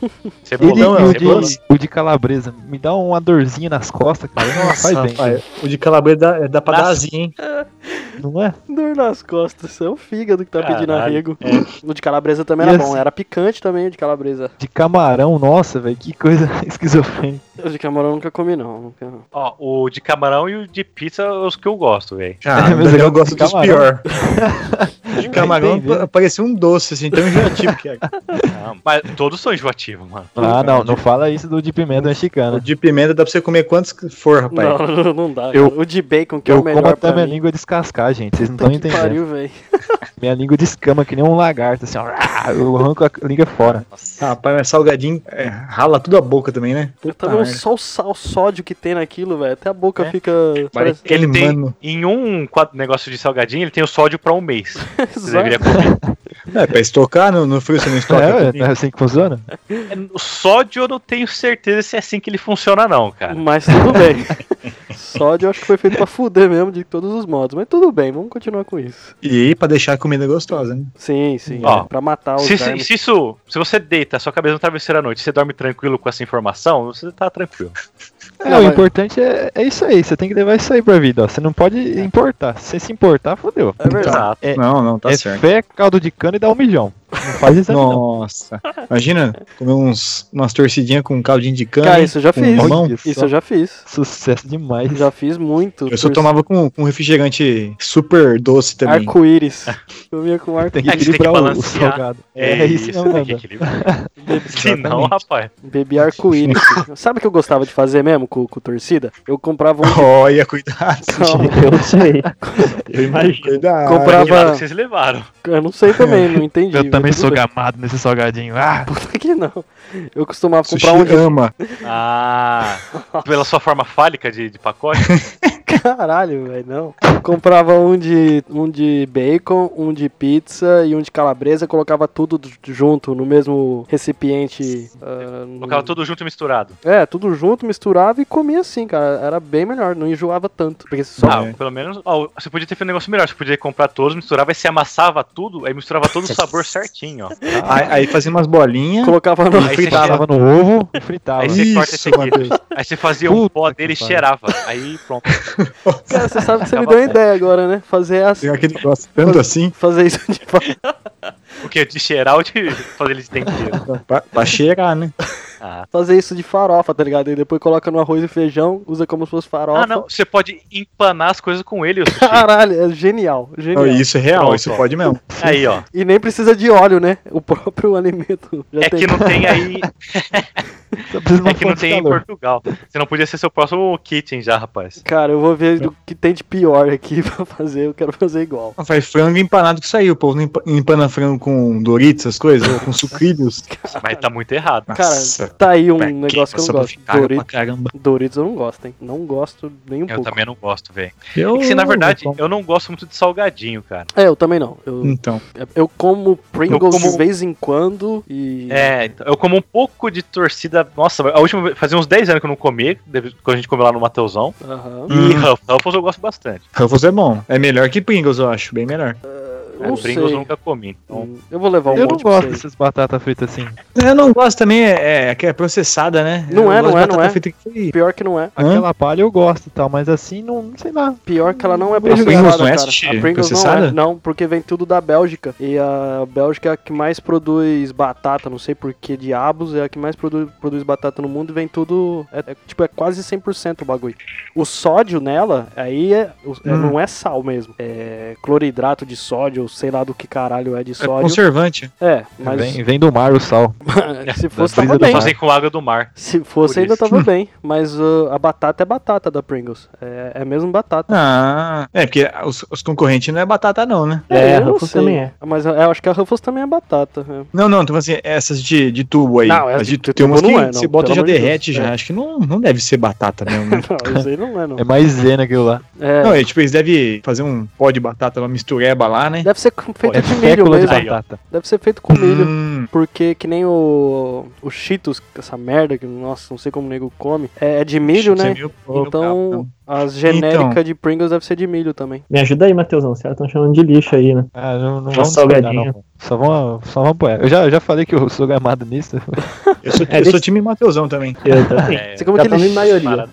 Ele
Cebolão,
e
é
o
cebola.
de, o de calabresa, me dá uma dorzinha nas costas, cara. Não faz bem,
rapaz, o de calabresa dá, é- dá pra
Nossa.
dar azia, hein?
não é?
Dor nas costas, isso é o fígado que tá pedindo
Caralho,
arrego. O de calabresa também era
É. E
bom,
assim-
era picante também o de calabresa.
De camarão, nossa, velho, que coisa esquizofrênica.
O de camarão eu nunca comi, não. Nunca...
Ó, o de camarão e o de pizza são os que eu gosto, velho.
Ah,
É, mas
mas
eu
eu gosto
gosto de
dos
camarão.
pior. De camarão
Entendi.
pa- parecia um doce, assim, tão enjoativo que é.
Ah, Mas todos são enjoativos, mano.
Ah, não, não fala isso do de pimenta
O
mexicana.
de pimenta dá pra você comer quantos que for, rapaz.
Não, não dá.
é. Eu-
cara. O de bacon, que é
Eu
o melhor
como até
pra
minha
mim.
língua descascar, gente, vocês não estão
Puta que
entendendo.
pariu, velho.
Minha língua descama que nem um lagarto, assim, ó. Eu arranco a língua fora.
Ah, Rapaz, mas salgadinho é, rala tudo a boca também, né?
Eu também
merda.
Tá só o sal, o sódio que tem naquilo, velho. Até a boca
É.
fica.
Vai
Parece...
Ele tem,
queimando.
em um quadro- negócio de salgadinho, ele tem o sódio pra um mês. Você
Exato.
deveria comer.
É, pra estocar no, no frio, você não estoca.
É, ué,
também?
não é assim que funciona?
O É, sódio eu não tenho certeza se é assim que ele funciona, não, cara.
Mas tudo bem. Sódio eu acho que foi feito pra fuder mesmo, de todos os modos. Mas tudo bem, vamos continuar com isso.
E aí, pra deixar a comida gostosa, né?
Sim, sim.
Ó,
é, pra matar os
Se, se-
vermes.
se isso. Se você deita a sua cabeça no travesseiro à noite você dorme tranquilo com essa informação, você tá tranquilo.
É,
Não,
o
mas-
importante é, é isso aí, você tem que levar isso aí pra vida, ó. Você não pode importar. Se você se importar, fodeu.
É verdade.
Exato.
É-
Não, não, tá
é
certo.
fé, caldo de cana e dá um mijão. Não faz isso aí, não.
Nossa. Imagina comer uns, umas torcidinhas com um caldinho de cana.
Cara, isso eu já
com
fiz.
limão.
Olha
Isso
só.
eu já fiz.
Sucesso demais.
Já fiz muito.
Eu só
Torci-
tomava com, com refrigerante super doce também.
Arco-íris. Eu vinha com arco
Tem que
É que você tem que
equilibrar o- o,
balancear.
salgado. É, isso,
tem
mesmo,
que
Nanda.
equilibrar. Se não,
Exatamente.
rapaz.
Bebi arco-íris. Sabe o que eu gostava de fazer mesmo com, com torcida? Eu comprava um.
Olha, cuidado.
Não,
Eu sei. Eu imagino.
Cuidado.
Comprava-
Cuidado que vocês levaram.
eu não sei também, não entendi.
Eu também
mas
sou
tudo bem.
gamado nesse salgadinho. Ah,
Puta que não. Eu costumava
Sushi
comprar um de.
ama.
Ah, pela sua forma fálica de, de pacote.
Caralho, velho, não. Comprava um de, um de bacon, um de pizza e um de calabresa, colocava tudo d- junto no mesmo recipiente. ah, no-
Colocava tudo junto e misturado.
É, tudo junto, misturava e comia assim, cara. Era bem melhor, não enjoava tanto. Porque só.
Ah, pelo menos. ó, você podia ter feito um negócio melhor. Você podia comprar todos, misturava, aí você amassava tudo, aí misturava todo o sabor certinho, ó.
Aí, aí fazia umas bolinhas.
Colocava no.
Aí você
fritava no ovo e fritava.
Aí você corta
Isso,
esse aqui.
Matheus.
Aí você fazia o
Puta
pó
que
dele e
pariu.
cheirava. Aí pronto.
Cara, você sabe que você me
Acaba
deu uma ideia agora, né? Fazer as...
Será que ele gosta tanto assim?
Fazer isso de
O que? De cheirar ou de fazer ele de Ah, tempero?
Pra, pra cheirar, né?
fazer isso de farofa, tá ligado? E depois coloca no arroz e feijão, usa como se fosse farofa.
Ah, não. Você pode empanar as coisas com ele. o sushi.
Caralho, é genial, genial.
Não, isso é real,
Pronto,
isso
ó.
pode mesmo.
Aí, ó.
E nem precisa de óleo, né? O próprio alimento já
É
tem.
que não tem aí.
Só precisa de uma
É que não
fonte de
tem em
calor.
Portugal. Você não podia ser seu próximo kitchen já, rapaz.
Cara, eu vou ver do que tem de pior aqui pra fazer, eu quero fazer igual.
Não, Faz frango empanado que saiu, o povo não empa- empana frango com Doritos, essas coisas, ou com sucrilhos.
Mas tá muito errado.
Cara, tá aí um
pra
negócio que eu
Só pra
não gosto.
ficar né? pra
Doritos,
caramba.
Doritos eu não gosto, hein? Não gosto nem um
Eu
pouco.
também não gosto, velho.
Eu,
Porque, É na verdade, eu não gosto muito de salgadinho, cara.
É, eu também não. Eu,
Então,
eu como Pringles
Eu como-
de vez em quando e.
É, então, eu como um pouco de torcida. Nossa, a última vez, fazia uns 10 anos que eu não comi, deve- quando a gente comeu lá no Mateusão.
Aham.
E Ruff- Ruffles eu gosto bastante.
Ruffles é bom. É melhor que Pringles, eu acho, bem melhor.
Eu não
É, Pringles
sei.
eu nunca comi. Então,
Hum, Eu vou levar um
Eu não
monte
gosto
pra vocês.
dessas batatas fritas assim.
Eu não gosto também, é, é que é processada, né?
Não
Eu
é,
gosto
não
de
é, não
batata
é.
frita que foi-
Pior que não é.
Hã?
Aquela palha eu gosto e tal, mas assim, não, não sei lá.
Pior que ela não é
Pringles
processada,
não é,
cara.
Sushi?
A Pringles não é,
Processada?
não, porque vem tudo da Bélgica. E a Bélgica é a que mais produz batata, não sei por que diabos, é a que mais produ- produz batata no mundo e vem tudo, é, é- tipo, é quase 100% o bagulho. O sódio nela, aí é, o- é-
Hum.
não é sal mesmo, é cloridrato de sódio, sei lá do que caralho é de
É
sódio.
conservante.
É, mas
Vem, vem do mar o sal.
se
brisa
fosse tava
do
bem.
mar.
fazem com água do mar.
Se fosse
Por
ainda
isso.
tava bem, mas uh, a batata é batata da Pringles, é, é mesmo batata.
Ah, é porque os, os concorrentes não é batata, não, né?
É,
eu não
Ruffles
sei.
também é.
Mas eu eu acho que a Ruffles também é batata. é.
Não, não, então assim, essas de, de tubo aí.
Não,
as
as de-
de,
de
tem
tubo
umas que
não é, não,
você bota
pelo
e já
amor de Deus.
derrete já.
É.
Acho que não, não deve ser batata mesmo, né?
Não, isso aí não é, não.
É maisena aquilo lá.
É,
Não, é, tipo, eles devem fazer um pó de batata, uma mistureba lá, né?
deve ser com- feito
É
de milho
fécula de
mesmo.
Aí, ó.
batata.
Deve ser feito com milho.
Hum,
Porque que nem o, o Cheetos, essa merda que, nossa, não sei como o nego come, é, é de milho,
isso é
né?
meio- meio brabo, né?
Então,
não.
as genéricas
Então.
de Pringles deve ser de milho também.
Me ajuda aí, Matheusão. Os caras estão chamando de lixo aí, né?
Ah, não,
Então,
não
Só
vamos discordar,
salgadinho.
não. Só vamos, só vamos apoiar. Eu já, eu já falei que eu sou gamado nisso.
eu sou,
É,
eu sou
deixa-
time Mateusão também.
Eu também.
É,
Você come
Já tamo
aquele
em maioria.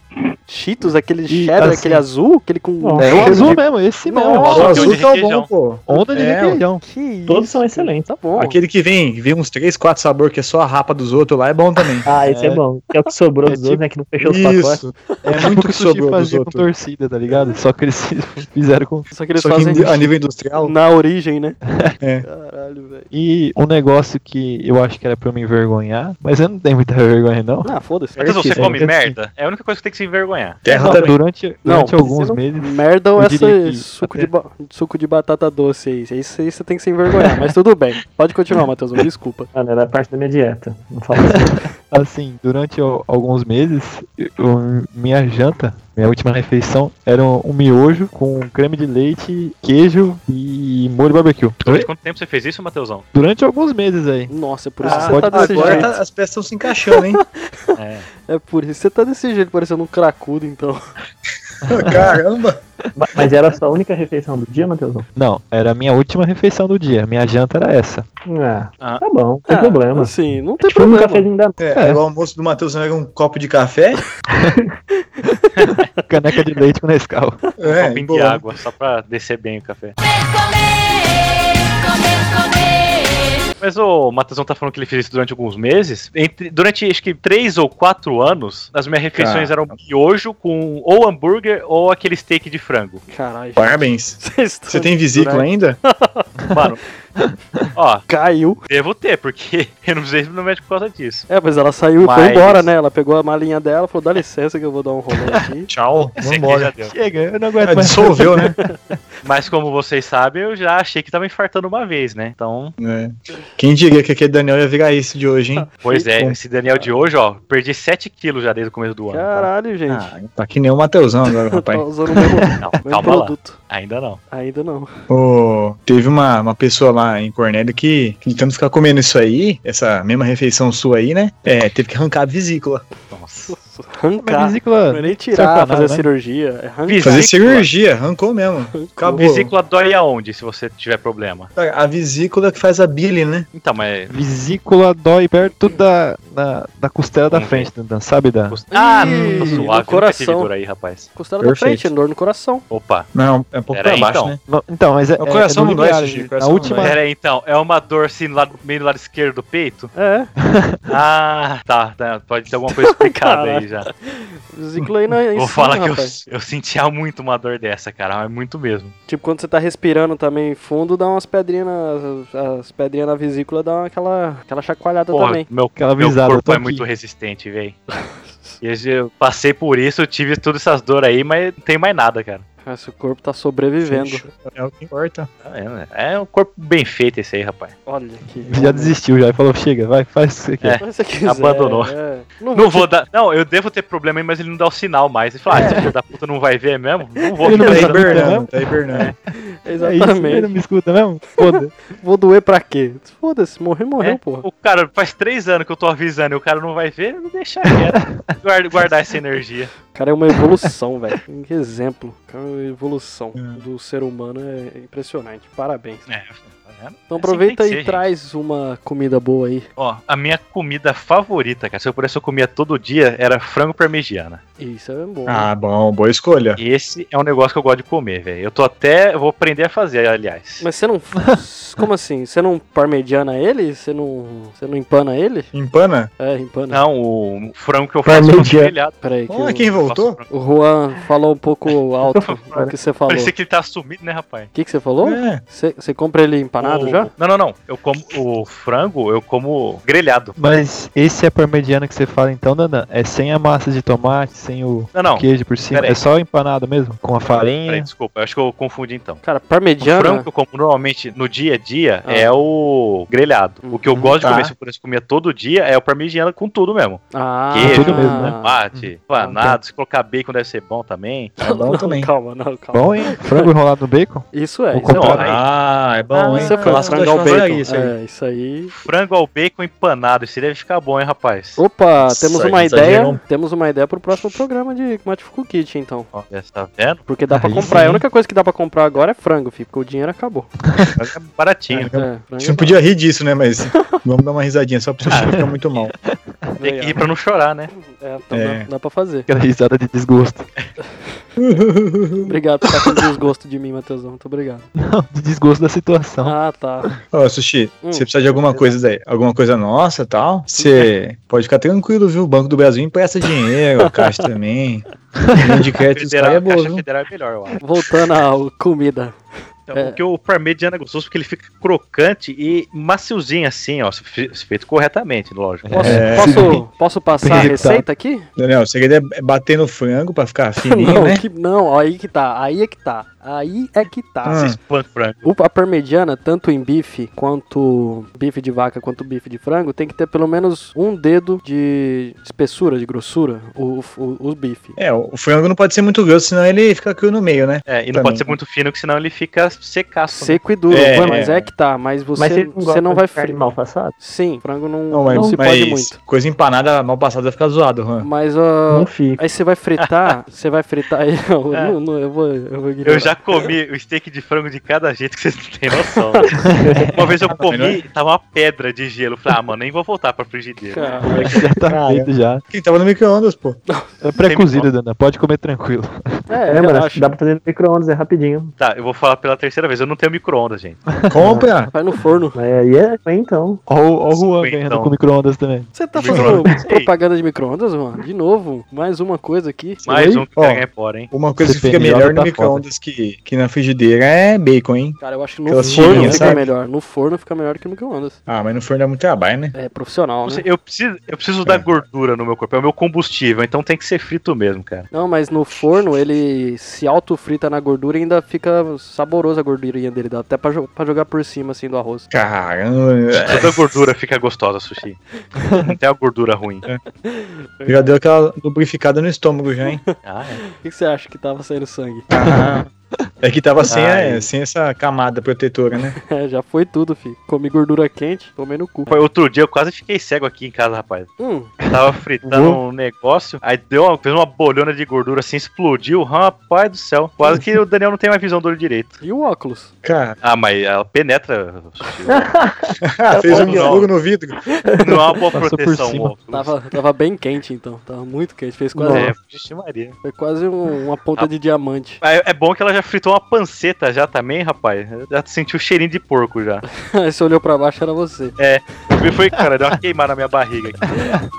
Cheetos, aquele
E,
cheddar,
assim,
aquele azul, aquele com...
Nossa.
É o
eu
azul
vi.
mesmo, esse mesmo.
Nossa,
Só que
o azul
onde
tá
requeijão.
bom, pô.
Onda de
É,
requeijão.
Que isso?
Todos são excelentes.
Tá bom.
Aquele que vem, que vem uns 3, 4 sabores que é só a rapa dos outros lá, é bom também.
Ah, esse é, bom. Que é o que sobrou
É
dos outros, né? Que não fechou os pacotes.
Isso. É muito que
o sushi
sobrou dos
fazia com
outros.
torcida, tá ligado? Só que eles fizeram com.
Só que eles
Só
fazem
que a nível industrial,
na origem, né?
É.
Caralho, velho.
E um negócio que eu acho que era pra eu me envergonhar, mas eu não tenho muita vergonha, não.
Ah, foda-se.
Matheus, você
Sim.
come merda? É a única coisa que você tem que se envergonhar.
terra
Não,
também.
durante durante alguns
não-
meses.
Merda ou
eu
essa
diria que
suco,
até-
de ba- suco de batata doce aí. Isso aí você tem que se envergonhar, mas tudo bem. Pode continuar, Matheus, desculpa.
Mano, era parte da minha dieta. Não fala assim.
Assim, durante al- alguns meses, eu- minha janta, minha última refeição, era um um miojo com creme de leite, queijo e molho barbecue.
Durante quanto tempo você fez isso, Matheusão?
Durante alguns meses aí.
Nossa, é por isso
Ah,
que você tá
pode-
desse
Agora
jeito.
tá- as peças estão se encaixando, hein?
É por isso que você tá desse jeito, parecendo um cracudo, então.
Caramba!
Mas era a sua única refeição do dia, Matheusão?
Não, era a minha última refeição do dia. Minha janta era essa.
Ah,
Ah.
tá bom. Não tem
Ah,
problema.
Assim, não tem
Tipo, um
problema.
cafezinho da...
É,
É.
O almoço do Matheus era um copo de café.
Caneca de leite com Nescau.
Um
É,
copinho de
boa.
água, só pra descer bem o café. Mas o Matheusão tá falando que ele fez isso durante alguns meses. Entre- durante acho que três ou quatro anos, as minhas refeições eram miojo com ou hambúrguer ou aquele steak de frango.
Caralho.
Parabéns.
Vocês tão-
Você tem vesícula ainda?
Mano, ó,
Caiu.
devo ter, porque eu não precisei ir no médico por causa disso.
É, mas ela saiu e foi
Mas-
embora, né? Ela pegou a malinha dela, falou: dá licença que eu vou dar um rolê aqui.
Tchau.
Esse aqui já
Vambora.
deu.
Chega, eu não
Ah,
aguento mais.
Dissolveu, né?
Mas como vocês sabem, eu já achei que tava infartando uma vez, né? Então,
É. Quem diria que aquele Daniel ia virar esse de hoje,
Ah.
hein?
pois é, esse Daniel de hoje, ó, perdi 7 quilos já desde o começo do ano. tá?
Caralho, gente.
Ah, tá que nem o Matheusão agora,
tá
rapaz.
usando o mesmo,
Então, Não,
mesmo
calma lá.
produto.
Ainda não.
Ainda não.
Ô, teve uma, uma pessoa lá em Cornélio que, que de tanto ficar comendo isso aí, essa mesma refeição sua aí, né? É, teve que arrancar a vesícula.
Nossa.
Nossa.
Mas
Arrancar.
vesícula.
Não é nem
serve pra
tirar,
nada,
fazer
né?
cirurgia. É arrancar.
Vis-
Fazer
Vesícula.
cirurgia, arrancou mesmo. Acabou.
Vesícula dói aonde se você tiver problema?
A vesícula que faz a bile, né?
Então, mas.
Vesícula dói perto da, da, da costela da frente, né, Dan, sabe? Dan?
Ah,
Ih,
não,
no
suave. Nunca tive
coração.
dor aí, rapaz.
Costela da
Perfeito.
frente, dor no coração.
Opa.
Não, é um pouco
Pera
pra
aí,
baixo,
então.
né?
Não, então, mas é.
O coração
é,
não
é no
dói,
limiar,
Sushi, o
Na
coração não
última.
dói.
Pera aí, então. É uma dor assim no lado- meio do lado esquerdo do peito?
É.
Ah, tá. tá, pode ter alguma coisa explicada aí já.
Vesícula aí na em
Vou
cima,
falar que eu,
rapaz.
eu sentia muito uma dor dessa, cara. Mas muito mesmo.
Tipo, quando você tá respirando também fundo, dá umas pedrinhas na, as pedrinhas na vesícula, dá uma- aquela, aquela chacoalhada também.
meu,
Aquela
meu
visada,
corpo
tô
é
aqui.
muito resistente, velho. E eu já- eu passei por isso, eu tive todas essas dores aí, mas não tem mais nada, cara.
Ah, Seu corpo tá sobrevivendo.
É o que importa.
Tá vendo? É um corpo bem feito esse aí, rapaz.
Olha que.
Já desistiu, já. e Falou, chega, vai, faz isso aqui.
É.
Mas se quiser,
Abandonou.
é. Não,
Não
vou.
vou dar. Não, eu devo ter problema aí, mas ele não dá o sinal mais. Ele fala, ah, esse filho da puta não vai ver mesmo? Não vou
Ele não
Tá
também.
vai ver.
hibernando, tá hibernando.
É isso, ele
Exatamente.
não me escuta mesmo? Foda.
Vou doer pra quê? Foda-se, morrer, morreu,
É.
porra.
O cara, faz três anos que eu tô avisando e o cara não vai ver, eu vou deixar quieto. Guarda- guardar essa energia.
O cara é uma evolução, velho. Que exemplo. O cara é uma evolução do ser humano é impressionante. Parabéns.
É, tá vendo? Assim
Então aproveita
tem que
e
ser,
traz uma comida boa aí.
Ó, a minha comida favorita, cara, se eu pudesse eu comia todo dia, era frango parmegiana.
Isso é bom. né?
Ah, bom, boa escolha.
E esse é um negócio que eu gosto de comer, velho. Eu tô até. eu Vou aprender a fazer, aliás.
Mas você não. Como assim? Você não parmediana ele? Você não. Você não empana ele?
Empana?
É, empana.
Não, o frango que eu faço
Parmegiana.
com grelhado.
Peraí. Que
Olha
o-
quem voltou.
Nossa,
O Juan falou um pouco alto o que você falou.
Parecia que ele tá sumido, né, rapaz?
O que, que você falou?
É.
Você você compra ele empanado
O-
já?
Não, não, não. Eu como o frango, eu como grelhado.
Mas esse é parmegiana que você fala então, Dandan? É sem a massa de tomate, sem o
Não, não.
queijo por cima?
Pera aí.
É só empanado mesmo? Com a
Peraí,
farinha?
desculpa, eu acho que eu confundi então.
Cara,
O frango
parmegiana.
que eu como normalmente no dia a dia
né? Ah.
é o grelhado. O que eu
Uhum.
gosto
Tá.
de comer, se eu pudesse comer todo dia, é o parmegiana com tudo mesmo.
Ah, Uhum.
Queijo,
tudo mesmo, né?
tomate, panado, se colocar bacon deve ser bom também.
É bom também.
Calma, não, calma.
Bom, hein? Frango enrolado no bacon?
Isso é,
O
isso é
Não,
Não,
bom.
contrário.
aí,
Ah, é bom, hein?
Isso é bom,
Nossa,
frango
eu
ao
acho que eu
bacon.
faria isso aí.
É, isso aí.
frango ao bacon empanado, isso deve ficar bom, hein, rapaz?
Opa,
Nossa,
temos uma ideia.
exagerou.
Temos uma ideia pro próximo programa de Matifico Kit, então.
Ó, já tá vendo?
Porque
Ah,
dá pra
Aí
comprar.
sim.
A única coisa que dá pra comprar agora é frango, filho, porque o dinheiro acabou.
Mas é baratinho.
É, frango
A gente não
é
podia rir disso, né? Mas vamos dar uma risadinha só pra você não ficar muito mal.
barato.
Tem que rir pra não chorar, né?
É, então
É.
Dá, dá pra fazer.
Aquela risada de desgosto.
Obrigado por estar com desgosto de mim, Matheusão. Muito obrigado.
Não, de desgosto da situação.
Ah, tá.
Ô, Sushi,
Hum.
você precisa de alguma coisa daí, alguma coisa nossa e tal, você pode ficar tranquilo, viu? O Banco do Brasil empresta dinheiro, a Caixa também. Linha de crédito dos
Federal,
caras é boa,
Caixa
viu?
Federal é melhor, eu acho.
Voltando à comida.
Então,
É.
Porque o parmegiana é gostoso porque ele fica crocante e maciozinho assim, ó, se fe- se feito corretamente, lógico.
Posso,
É.
posso, posso passar a
Eita.
receita aqui?
Daniel, o segredo é bater no frango pra ficar fininho,
Não,
né?
que, não, aí que tá. Aí é que tá. Aí é que tá.
Ah.
Esse espanco frango.
O- A parmegiana, tanto em bife quanto bife de vaca quanto bife de frango, tem que ter pelo menos um dedo de espessura, de grossura, o, o, o bife. Tá
É, o frango não pode ser muito grosso, senão ele fica cru no meio, né?
É, e não
Também.
pode ser muito fino, que senão ele fica secaço. né?
Seco e duro,
É,
Ué, mas
é.
é que tá. Mas você,
Mas você não
você
gosta
não vai.
de carne
fri-
mal passada?
Sim, frango não,
Não, mas,
não se
mas
pode muito.
coisa empanada mal passada fica zoado, Juan.
Mas ó,
Não fica.
aí você vai fritar, você vai fritar. Eu,
É.
não, não, eu vou, eu vou ignorar.
Eu já comi o steak de frango de cada jeito que vocês não têm noção. né? Uma vez eu comi, tava uma pedra de gelo. Falei, ah, mano, nem vou voltar pra frigideira.
Cara,
Já tá
Cara.
feito já.
Quem tava no micro-ondas, pô.
É pré-cozido, Dandan. Pode comer tranquilo.
é,
É, mano,
relaxa.
dá pra fazer no micro-ondas, é rapidinho.
Tá, eu vou falar pela terceira vez, eu não tenho micro-ondas, gente.
Compra!
Vai no forno.
Mas aí é, é então.
Ó o, ó o Juan
Cinquentão.
ganhando com micro-ondas também.
Você tá fazendo
Micro-ondas.
propaganda de micro-ondas, mano? De novo, mais uma coisa aqui.
Mais um que
Ó.
pega é fora, hein?
Uma coisa que fica
CPJ
melhor no
tá
micro-ondas que, que na frigideira é bacon, hein?
Cara, eu acho que no
Aquelas
forno
tirinhas,
fica
sabe?
melhor. No forno fica melhor que no micro-ondas.
Ah, mas no forno dá muito trabalho, né?
É profissional,
Não
né?
sei, Eu preciso, eu preciso da gordura no meu corpo, é o meu combustível, então tem que ser frito mesmo, cara.
Não, mas no forno ele se autofrita na gordura e ainda fica saboroso a gordurinha dele. Dá até pra, jo- pra jogar por cima, assim, do arroz.
Caramba,
Toda gordura fica gostosa, sushi. Não tem a gordura ruim.
já deu aquela lubrificada no estômago já, hein?
Ah, é.
O que que você acha que tava saindo sangue?
Ah, É que tava sem,
Ai.
é, sem essa camada protetora, né?
É, já foi tudo, fi. Comi gordura quente, tomei no cu.
Foi outro dia eu quase fiquei cego aqui em casa, rapaz.
Hum,
Tava fritando um negócio, aí deu uma, fez uma bolhona de gordura assim, explodiu. Rapaz do céu. Quase que o Daniel não tem mais visão do olho direito.
e o óculos?
Cara,
Ah, mas ela penetra.
fez um
não.
furo no vidro.
Não é uma boa
Passou por
proteção,
cima.
o óculos.
Tava, tava bem quente, então. Tava muito quente. Fez quase,
É, vixe Maria.
foi quase um- uma
Ah.
ponta de diamante.
Mas É bom que ela já fritou uma panceta já também, rapaz. Já sentiu o cheirinho de porco já.
Aí você olhou pra baixo, era você.
Eu vi foi, cara, deu uma queimada na minha barriga aqui.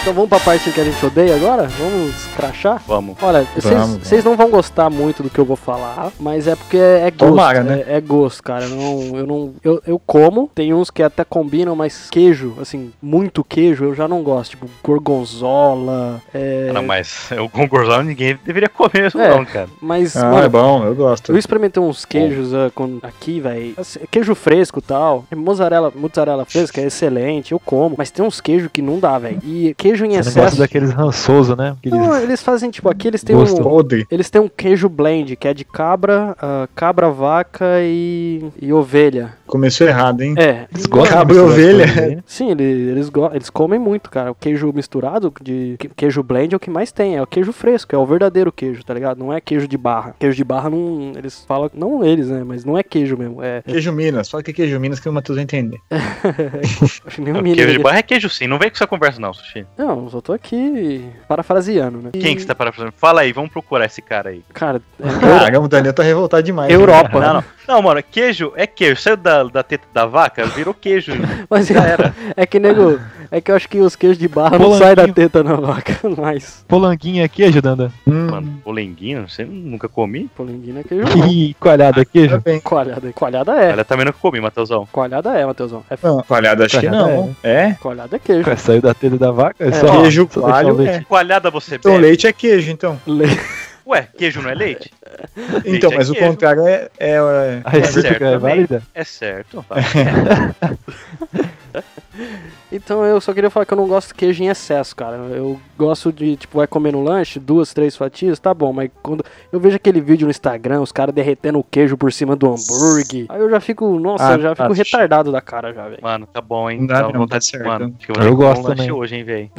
Então vamos pra parte que a gente odeia agora? Vamos crachar?
Vamos.
Olha, vocês-
vamos.
vocês não vão gostar muito do que eu vou falar, mas é porque é gosto.
Tomara, né?
é, é gosto, cara. Eu não, eu não. Eu, eu como, tem uns que até combinam, mas queijo, assim, muito queijo, eu já não gosto. Tipo, gorgonzola. É.
Não, mas o gorgonzola ninguém deveria comer isso
É.
não, cara.
Mas,
Ah, é
mano,
bom, eu gosto.
eu experimentei uns queijos ah, com- aqui, velho. Queijo fresco e tal. Mozzarella, mozzarella fresca é excelente, eu como. Mas tem uns queijos que não dá, velho. E queijo em
Você não gosta
excesso.
daqueles rançosos, né? Aqueles-
Não, eles fazem, tipo, aqui eles têm
Gosto.
um.
Podre.
Eles têm um queijo blend, que é de cabra, ah, cabra, vaca e, e ovelha.
Começou errado, hein?
É.
Eles gostam de
Cabra e
misturar as
ovelha.
coisas, né?
Sim, ele- eles, go- eles comem muito, cara. O queijo misturado, de que- queijo blend é o que mais tem. É o queijo fresco, é o verdadeiro queijo, tá ligado? Não é queijo de barra. Queijo de barra não. Eles falam. Não eles, né? Mas não é queijo mesmo. É.
Queijo Minas, fala que é queijo Minas que o Matheus vai entender.
Acho que nem o
Não,
menino.
queijo de
ali-
barra é queijo sim, não vem com essa conversa não, Sushi.
Não, eu só tô aqui parafraseando, né?
Quem que você tá parafraseando? Fala aí, vamos procurar esse cara aí.
Cara, é
Caramba, o Daniel tá revoltado demais.
Europa.
Não, não. Não, mano, queijo é queijo. Saiu da, da teta da vaca, virou queijo.
Mas é que, nego, é que eu acho que os queijos de barra não
Polanquinho.
saem da teta, não, vaca. Mas,
Polanguinho é queijo, Danda?
Hum,
Mano, polenguinho, você nunca comi?
polanguinho é queijo
Que
bom.
coalhada é
tá
queijo?
bem.
Coalhada, coalhada é.
Ela também nunca comi, Matheusão.
Coalhada é, Matheusão. É,
Não, coalhada acho que
Coalhada
não. É?
coalhada é queijo.
Ué, Saiu da telha da vaca? É só,
Queijo
só deixar
coalho
o leite.
é.
Coalhada você
Então
bebe?
leite é queijo, então.
Le-
Ué, queijo não é leite?
Então,
é
mas o
queijo.
contrário é... é, é-
A recíproca
certo
é
também.
válida?
É certo.
Então eu só queria falar que eu não gosto de queijo em excesso, cara. Eu gosto de, tipo, vai comer no lanche, duas, três fatias, tá bom. Mas quando eu vejo aquele vídeo no Instagram, os caras derretendo o queijo por cima do hambúrguer, aí eu já fico, nossa,
Ah,
eu já
tá,
fico
xixi.
retardado da cara já, velho.
Mano, tá bom, hein?
Não dá
Dá
mesmo, tá
vontade
certo.
mano. acho que vou
Eu
ter que
gosto
comer um lanche
também.
hoje, hein, velho.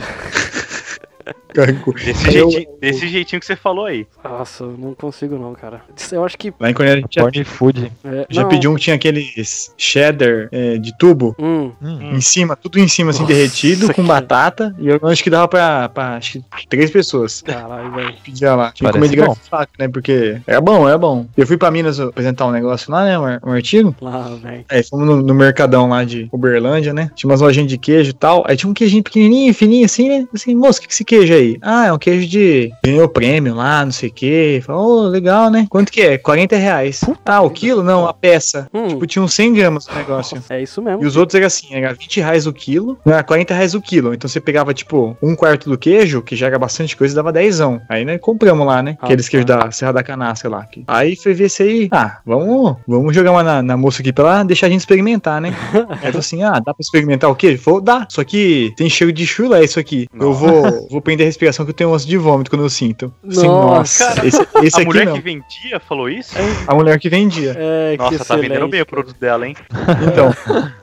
Canco.
Desse,
Eu-
jeitinho, desse jeitinho que você falou aí.
Nossa, eu não consigo não, cara. Eu acho que.
Lá em Coreia a gente já,
Porn food.
é,
já
não.
pediu um que tinha aqueles cheddar é, de tubo.
Hum,
Hum.
Em cima, tudo em cima, assim,
Nossa,
derretido, com
que-
batata. E eu acho que dava pra, pra acho que três pessoas.
caralho, velho.
Pedia lá. Tinha que comer
Parece
de graça faca, né? Porque era bom, era bom. Eu fui pra Minas apresentar um negócio lá, né? Um, ar- um artigo.
Lá, velho.
Aí É, fomos no, no mercadão lá de Uberlândia, né? Tinha umas lojinhas de queijo e tal. Aí tinha um queijinho pequenininho, fininho assim, né? Assim, moço, o que, que é esse queijo aí? Ah, é um queijo de. Ganhou prêmio lá, não sei o quê. Falou, ô, legal, né? Quanto que é? 40 reais. Ah, o quilo? Não, a peça.
Hum,
Tipo, tinha uns 100 gramas o negócio.
é isso
E
mesmo.
os outros era assim, era 20 reais o quilo, era 40 reais o quilo. Então você pegava, tipo, um quarto do queijo, que já era bastante coisa, e dava 10. Aí né, compramos lá, né? Aqueles
Ah,
queijos
tá.
da Serra da Canastra lá. que- Aí foi ver se aí. Ah, vamos, vamos jogar uma na, na moça aqui pra ela deixar a gente experimentar, né? Aí falou assim: ah, dá pra experimentar o queijo? Falou, dá. Só que tem cheiro de chulé isso aqui. Eu vou, vou prender a respiração que eu tenho um de vômito quando eu sinto. Assim,
Nossa.
nossa, esse, esse
a
aqui
mulher
não.
que
É,
vendia falou isso?
A mulher que vendia.
É,
Nossa, tá vendendo
excelente,
bem o
cara.
produto dela, hein?
Então,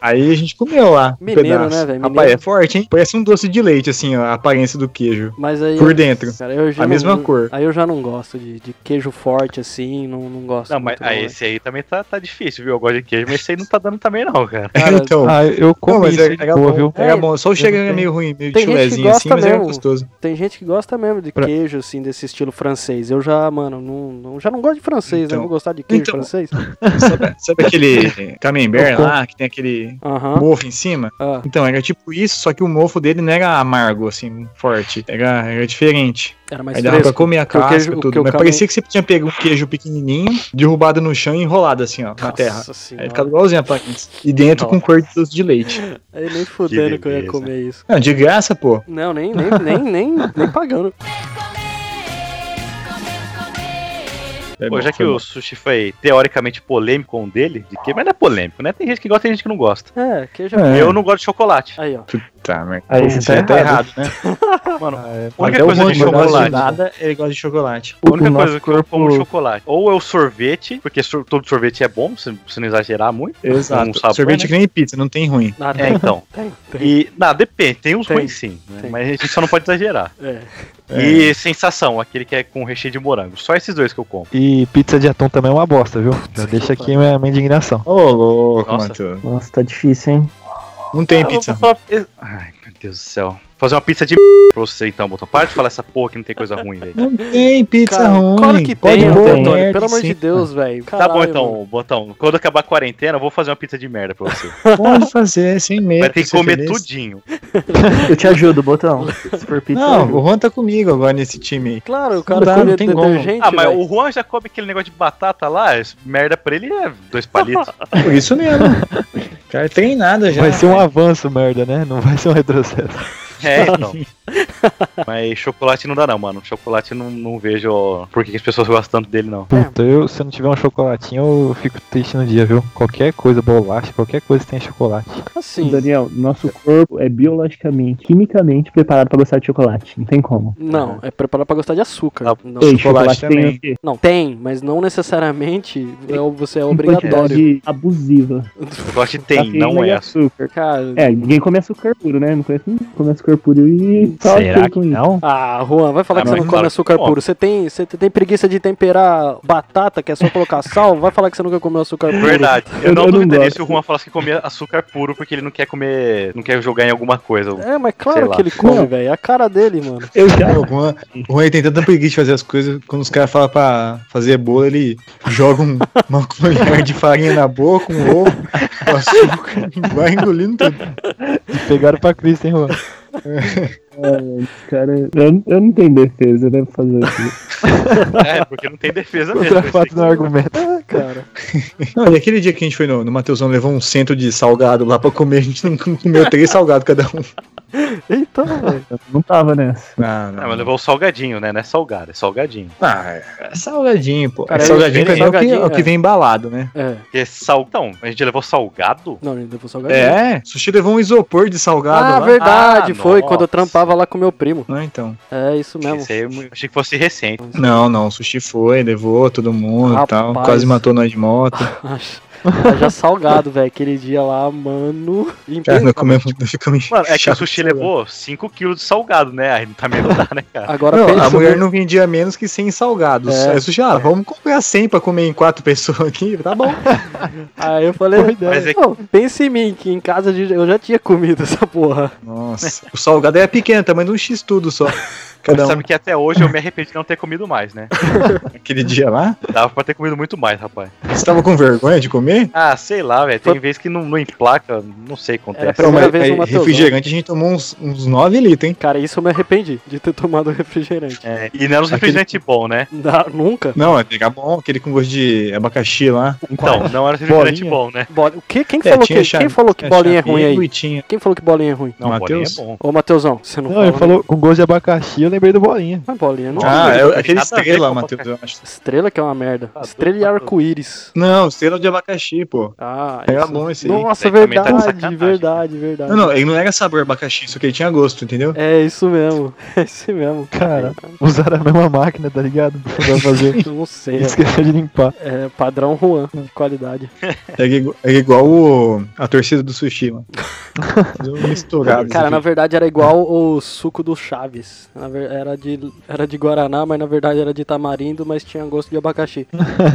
aí a gente comeu lá. um
Mineiro, né, velho?
Rapaz,
Mineiro.
é forte, hein? Parece um doce de leite, assim, ó, a aparência do queijo.
Mas aí.
Por dentro.
Cara, eu já
A
não-
mesma cor.
Aí eu já não gosto de, de queijo forte assim, não, não gosto.
Não, mas
muito,
ah,
não,
esse aí também tá, tá difícil, viu? Eu gosto de queijo, mas esse aí não tá dando também, não, cara.
Cara,
então.
Ah, eu como
não, mas
isso
era,
de
era
boa,
bom,
viu?
era bom. Só o cheiro
não
era
tem-
meio ruim, meio
Tem gente É, que
chulezinho
gosta
assim, mas era
mesmo.
gostoso.
Tem gente que gosta mesmo de
Pra-
queijo, assim, desse estilo francês. Eu já, mano, não, não- já não gosto de francês, né?
Então.
Vou gostar de queijo
Então.
francês?
Sabe, sabe aquele camembert lá, que tem aquele
Aham.
mofo em cima?
Ah,
Então, era tipo isso, só que o mofo dele não era amargo, assim, forte. Era, era diferente.
era mais
Aí dava pra
fresco.
comer a
Porque o
casca
queijo-
e
porque o
tudo. Mas
camen-
parecia que você tinha pego um queijo pequenininho, derrubado no chão e enrolado, assim, ó, na
Nossa
terra. Aí
senhora.
ficava igualzinho a aparência. E dentro com cor de doce de leite.
Aí nem fudendo que, eu ia
beleza.
comer isso.
Não, de graça, pô.
Não, nem, nem, nem, nem, nem pagando.
É
Pô,
bom,
já que
foi bom.
o sushi foi teoricamente polêmico um dele, de que, mas não é polêmico, né? Tem gente que gosta, tem gente que não gosta.
É, queijo
É.
Eu não gosto de chocolate.
Aí, ó.
Tá, mas.
Aí
Pô,
você
você
tá
tá errado, né?
Mano,
A
única coisa de chocolate.
assim, nada, ele gosta de chocolate.
a única
o
coisa
nosso
que eu como
corpo-
chocolate. Ou é o sorvete, porque sor- todo sorvete é bom, se, se não exagerar muito.
Exato.
Um sabor,
Sorvete
né?
que nem pizza, não tem ruim.
Ah,
É,
tem,
então.
tem, tem.
E, não, depende, tem uns
Tem,
ruins sim, né?
tem.
mas a gente só não pode exagerar.
É.
E sensação, aquele que é com recheio de morango. Só esses dois que eu compro.
E pizza de atum também é uma bosta, viu? Já deixa aqui a minha, minha indignação.
Ô, louco,
Nossa.
Matheus.
Nossa, tá difícil, hein?
Não tem
Ah, Eu
pizza.
vou falar- Ai, meu Deus do céu. Vou fazer uma pizza de m pra você então, Botão. Para de falar essa porra que não tem coisa ruim, velho.
Não tem pizza
Cara,
ruim.
Claro que
Pode
tem,
pôr
Antônio,
Antônio.
merda,
Pelo amor
sim.
de Deus, velho.
Tá bom
Caralho,
então,
mano.
Botão. Quando acabar a quarentena, eu vou fazer uma pizza de merda pra você.
Pode fazer, sem medo.
Vai ter que
ser
comer
feliz.
tudinho.
Eu te ajudo, botão. Se for pizza, né? eu
Não,
ajudo.
o Juan tá comigo agora nesse time aí.
Claro, o
Não
cara
dá,
comia
não tem como.
detergente.
Ah, mas
velho.
o Juan já come aquele negócio de batata lá, esse merda pra ele é dois palitos.
Por isso mesmo. O cara é treinado já. é.
Vai ser um avanço, merda, né? Não vai ser um retrocesso.
é, então. Mas chocolate não dá não, mano. Chocolate não, não vejo por que que as pessoas gostam tanto dele, não.
Puta, eu, se eu não tiver um chocolatinho, eu fico triste no dia, viu? Qualquer coisa, bolacha, qualquer coisa que tenha chocolate.
Assim.
Daniel, nosso corpo é biologicamente, quimicamente preparado pra gostar de chocolate. Não tem como.
Não, é preparado pra gostar de açúcar.
Tá.
Não,
Ei,
chocolate
chocolate, tem
também.
o quê?
não, tem, mas não necessariamente é, o- você é
Em
obrigatório.
quantidade abusiva.
Chocolate tem,
Cafeína
não
e
é açúcar.
açúcar.
Cara.
É, ninguém come açúcar puro, né? Não conhece ninguém que come açúcar puro e tá ok com isso.
não?
Ah, Juan, vai falar
Ah,
que você
mas claro
não come
que
açúcar
come.
puro. Você tem, você tem preguiça de temperar batata, que é só colocar sal? Vai falar que você nunca comeu açúcar puro.
Verdade. Eu,
Eu-
não
eu não
duvidaria
gosto.
se o Juan falasse que comia açúcar puro porque ele não quer comer, não quer jogar em alguma coisa.
É, mas
Sei
claro
lá.
que ele come,
Não.
velho. É a cara dele, mano.
Eu já. O Juan, o Juan tem tanta preguiça de fazer as coisas, quando os caras falam pra fazer bolo, ele joga um, uma colher de farinha na boca, um ovo, um açúcar, e vai engolindo tudo.
Pegaram pra Cristo, hein, Juan?
Cara, eu, eu não tenho defesa, né? Pra fazer isso.
É, porque não tem defesa mesmo.
Contra fato no argumento.
É, cara.
Não, e aquele dia que a gente foi no, no Mateusão, levou um centro de salgado lá pra comer, a gente não comeu três salgados cada um.
Então, velho.
Eu não tava nessa.
Ah, Não,
Não, Ah, mas levou o salgadinho, né? Não é salgado, é salgadinho.
Ah, é salgadinho, pô.
Cara,
É salgadinho,
é
pra mim, é o que,
salgadinho,
é o que
é.
vem embalado, né?
É.
Porque salgão, Então, a gente levou salgado?
Não, ele levou salgadinho.
É, sushi levou um isopor de salgado
Ah,
lá.
verdade,
Ah,
foi
nossa.
quando eu trampava lá com meu primo.
Não, então.
É isso mesmo.
Esse aí eu achei que fosse recente.
Não, não, o sushi foi, levou todo mundo e tal.
Rapaz.
Quase matou nós de moto.
Acho- Tá Já salgado, velho. Aquele dia lá, mano.
Cara, não
Impensável.
comemos, não ficamos
Mano, é que o
chato.
sushi levou 5kg de salgado, né? Aí também não dá, né, cara?
Agora
Não, a
pensa
mulher
no-
não vendia menos que 100 salgados.
É.
Aí o sushi, ah, vamos comprar 100 pra comer em quatro pessoas aqui, tá bom.
Aí eu falei,
Mas é que-
"Não, pensa em mim, que em casa de- eu já tinha comido essa porra.
Nossa, o salgado é pequeno, tamanho de um X tudo só.
Você
Cada um
sabe que até hoje eu me arrependi de não ter comido mais, né?
aquele dia lá.
Dava pra ter comido muito mais, rapaz.
Você tava com vergonha de comer?
Ah, sei lá, velho. Tem vezes que não, não emplaca, não sei o que
Era
acontece.
pra- Primeira
Não, mas
vez no né?
aí,
Mateusão.
refrigerante a gente tomou uns, uns 9 litros, hein?
Cara, isso eu me arrependi de ter tomado refrigerante.
É, e não é um refrigerante bom, né?
Na- nunca.
Não, é pegar bom, aquele com gosto de abacaxi lá.
Então, não era um refrigerante
Bolinha?
bom, né?
Bo- O que? Quem
É,
falou
tinha
que,
chá-
quem falou que
tinha
bolinha é
chapinha
ruim aí?
e tinha-
Quem falou que bolinha é ruim?
Não,
Matheus?
bolinha é bom.
Ô, Matheusão, você não,
Não,
fala,
ele
né?
falou com gosto de abacaxi, eu lembrei do bolinha.
Mas bolinha não.
Ah,
Não,
é
não tem
aquele
nada a ver
estrela,
com
Matheus, eu acho.
Estrela que é uma merda.
Ah,
Estrela e
doido,
arco-íris.
Não, estrela de abacaxi, pô.
Ah,
Era
isso.
bom esse aí.
Nossa,
Aí também tá de
verdade,
sacanagem,
verdade, verdade.
Não, não, ele não era sabor abacaxi, só que ele tinha gosto, entendeu?
É isso mesmo, é esse mesmo.
Cara, usaram a mesma máquina, tá ligado? Pra fazer.
Eu não sei,
Esqueceu de limpar.
é padrão Juan, de qualidade.
Era igu- era É igual o- a torcida do sushi, mano. Deu um misturado.
Cara, na
isso
verdade era igual o suco do Chaves. Na ver- Era de, era de Guaraná, mas na verdade era de tamarindo, mas tinha gosto de abacaxi.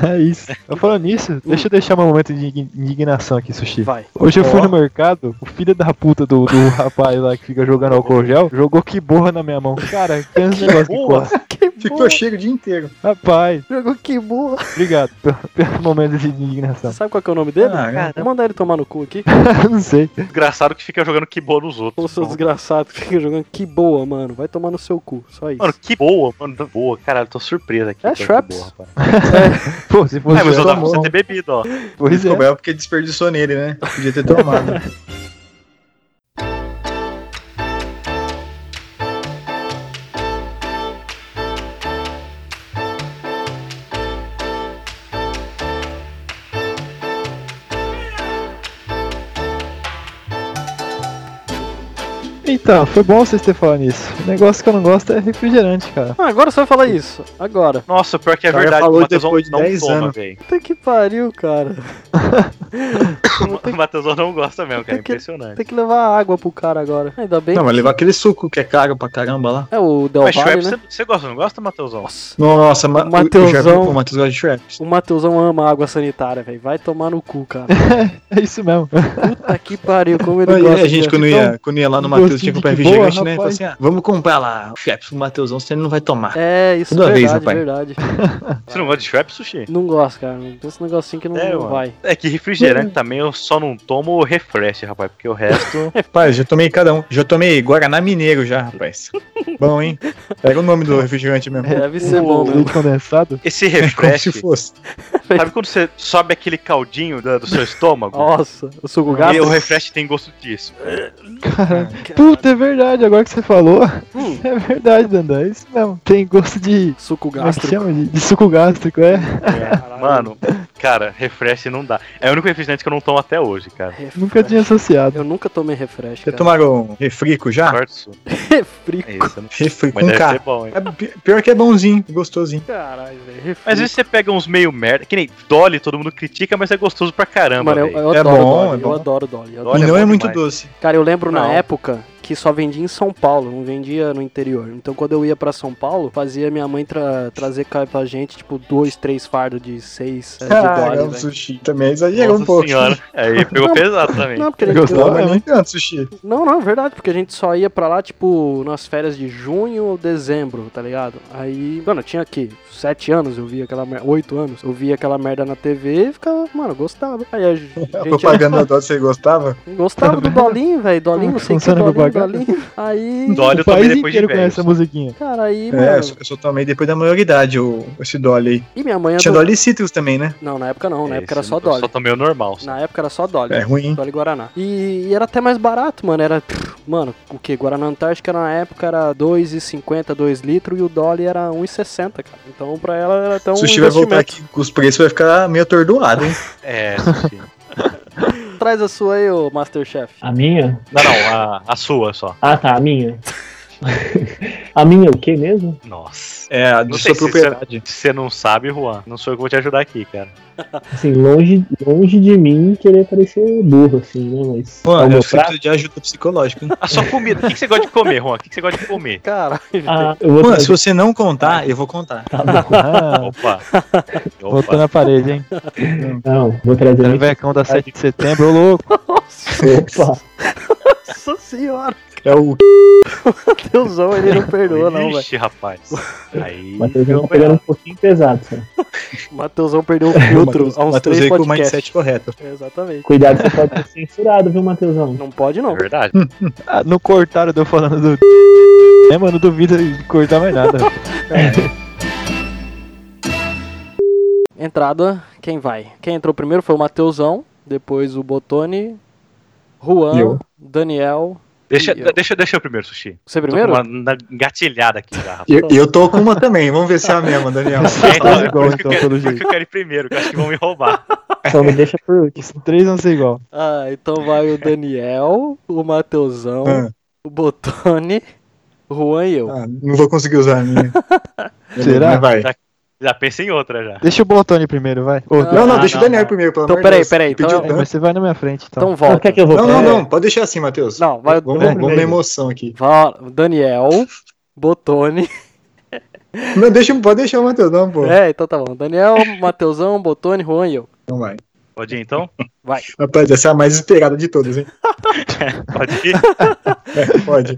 É isso. Eu falando nisso, deixa eu deixar meu momento de indi- indignação aqui, Sushi.
Vai.
Hoje eu fui
Ó.
no mercado, o filho da puta do, do rapaz lá que fica jogando álcool gel, jogou que borra na minha mão. Cara, pensa no negócio que
borra?
costa.
Que
aqui. Ficou
boa.
cheio o dia inteiro.
Rapaz,
Jogou que boa.
obrigado pelo, pelo momento de indignação.
Sabe qual que é o nome dele?
Ah, cara.
Vou mandar ele tomar no cu aqui.
Não sei.
Desgraçado que fica jogando que boa nos
Ô,
outros.
seu desgraçado que fica jogando que boa, mano. Vai tomar no seu cu, só isso.
Mano, que boa, mano. tá Boa, caralho, tô surpreso aqui.
É
Tô- que
Schweppes.
boa, rapaz.
Pô, se fosse
É, mas eu dava
eu,
pra
tomou.
você ter bebido, ó.
Pois
Ficou
é.
bravo porque desperdiçou nele, né? Podia ter tomado.
Então, foi bom vocês terem falado nisso. O negócio que eu não gosto é refrigerante, cara.
Ah, agora você vai falar isso. Agora.
Nossa, pior que é
O cara
verdade,
falou
o Matheusão
depois de
não
10
toma,
anos.
velho.
Puta que pariu, cara.
O Matheusão não gosta mesmo, cara, é
Tem que-
impressionante.
Tem que levar água pro cara agora. Ainda bem.
Não,
que-
mas levar aquele suco que é caro pra caramba lá.
É o Del
Mas
Valle,
Schweppes,
né?
você- você gosta, não gosta, Matheusão?
Nossa.
Nossa, ma o-
Mateusão.
eu já vi- o Matheus gosta de Shreps.
O Matheusão ama água sanitária, velho. Vai tomar no cu, cara.
É isso mesmo.
Puta que pariu, como ele
Olha,
gosta.
a gente,
de- então,
quando ia, quando ia lá no Matheus, tinha que comprar
gostinho de
refrigerante,
boa,
né? Falou
rapaz.
assim, ah, vamos comprar lá o Shreps pro Matheusão, senão ele não vai tomar.
É, isso é
Toda vez,
verdade,
rapaz.
verdade.
Você não gosta de Schweppes, Sushi?
Não gosto, cara. Tem esse negocinho que não,
É,
não
mano.
vai.
É que refrigerante também eu só não tomo o refresh, rapaz, porque o resto.
Rapaz, já tomei cada um. Já tomei Guaraná Mineiro já, rapaz. Bom, hein? Pega o nome do refrigerante mesmo. É,
Deve
é
ser
O
bom mesmo.
Leite condensado.
Esse
Como se
refresh.
fosse.
sabe quando você sobe aquele caldinho da- do, seu estômago?
Nossa, o suco
E
gato?
o refresh tem gosto disso.
Puta, é verdade, agora que você falou.
Hum.
É verdade, Dandan, é isso mesmo. Tem gosto de.
Suco
Como é que
gastro.
chama? De, de suco gástrico, é?
Mano, cara, refresh não dá. É o único refrigerante que eu não tomo até hoje, cara.
Refresh.
Nunca tinha associado.
Eu nunca tomei refresh,
Já
cara.
tomaram um refrico já?
Corta isso.
Refri.
É isso, né?
Refri
Mas
Ah. com
deve ser
K.
bom, hein?
É pi- pior que é bonzinho, gostosinho.
Caralho, velho. Refri.
Mas às vezes você pega uns meio merda, que nem Dolly, todo mundo critica, mas é gostoso pra caramba,
Mano, um eu,
velho.
eu
É
adoro
bom,
Dolly,
é bom.
eu adoro Dolly. eu
Dolly
e
é
não
bom
é muito
demais.
doce.
Cara, eu lembro na
Não.
época que só vendia em São Paulo, não vendia no interior. Então quando eu ia pra São Paulo, fazia minha mãe tra trazer ca- pra gente, tipo, dois, três fardos de seis é, de
Cara,
Dolly,
o
velho.
um sushi também exagerou um pouco.
Aí pegou pesado também.
Não, porque a
Gostou?
gente,
Não, mas nem tanto sushi.
não, não, é verdade, porque a gente só ia pra lá, tipo, nas férias de junho ou dezembro, tá ligado? Aí, mano, eu tinha aqui sete anos, eu via aquela merda, oito anos, eu via aquela merda na TV e ficava, mano, eu gostava. Aí a gente é.
A
ia-
propaganda da Dodge, você gostava?
gostava do Dolinho, velho, Dolinho, não sei o que,
Funciona a
Dolinho,
propaganda?
Dolinho. Aí,
Dolly eu
o país
tomei depois de
inteiro
velho.
conhece essa musiquinha.
cara, aí,
É, eu
mano...
só- eu só tomei depois da maioridade o, esse Dolly aí.
E minha mãe
Tinha
adorava.
Dolly e Citrus também, né?
Não, na época não, na
É,
época era
isso,
só
eu
Dolly.
Só tomei o normal. só.
Na época era só Dolly.
É ruim.
Dolly Guaraná. E, e era até mais barato, mano. Era. pff, Mano, o que? Guaraná Antártica na época era 2,50, 2 litros e o Dolly era 1,60, cara. Então pra ela era tão.
Se o
um
sushi vai voltar
investimento.
aqui com os preços, vai ficar meio atordoado, hein?
É, sim.
Traz a sua aí, ô Masterchef.
A minha?
Não, não, a, a sua só.
Ah, tá, a minha. a minha é o quê mesmo?
Nossa.
É, a
Não
de
sei
sua
se você,
propriedade.
se você não sabe, Juan. Não sou eu que vou te ajudar aqui, cara.
Assim, longe, longe de mim querer parecer burro, assim, né? Mas. é o
Mano,
meu
eu preciso
prato.
de ajuda psicológica. hein?
A sua comida. O que, que você gosta de comer, Juan? O que, que você gosta de comer?
Caralho,
Ah, eu vou
Mano, se
trazer,
você não contar, eu vou contar.
Ah,
Opa.
botou
Opa.
na parede, hein?
não, vou
Tá
trazer.
Era o vecão da 7 de setembro, ô louco.
Opa!
nossa senhora.
É o
Deusão, ele não perdoa, não, velho.
Ixi, rapaz. Aí.
Mas eu
deu
tô pegando um
uma-
pouquinho pesado, sabe?
Mateusão perdeu
É,
o filtro há uns
Matheus
três
aí é com o
podcasts.
mindset correto.
É, Exatamente.
Cuidado, você pode ser censurado, viu, Matheusão?
Não pode, não.
É Verdade.
Ah, não cortaram de eu falando do. É, mano, duvido de cortar mais nada.
Então,
Entrada, quem vai? Quem entrou primeiro foi o Mateusão, depois o Botoni, Juan,
Eu.
Daniel.
Deixa,
Eu.
deixa, deixa eu primeiro, Sushi.
Você
Tô
primeiro?
com Uma engatilhada aqui já, rapaz.
E eu, eu tô com uma também, vamos ver se é a mesma, Daniel.
É, então,
Tá
é
igual,
por isso que eu
então,
quero-
pelo
por isso que eu quero ir primeiro, que eu acho que vão me roubar.
é.
Só Então, me deixa por último.
Os três vão ser igual.
Ah, então vai o Daniel, o Mateusão,
Ah,
o Botoni, Juan e eu.
ah, não vou conseguir usar a minha.
Será?
Mas vai.
Já pensei em outra já.
Deixa o Botone primeiro, vai. Ô,
Ah,
Não, não,
Ah,
deixa
não,
o Daniel
não.
primeiro, pelo
Então,
amor de
peraí,
Deus.
peraí,
Ele pediu
então-
é, mas
tanto.
você vai na minha frente, então.
Então volta.
Então, quer que eu vou
Não, não,
primeiro?
não, pode deixar assim, Matheus.
Não, vai,
Vamos,
É,
vamos na emoção aqui.
vai Daniel, Botoni.
Não, deixa, pode deixar o Matheus, não, pô.
É, então tá bom. Daniel, Mateusão, Botoni, Juan e eu.
Não vai.
Pode ir então?
Vai.
Rapaz, essa é a mais esperada de todas, hein?
Pode ir?
É, pode.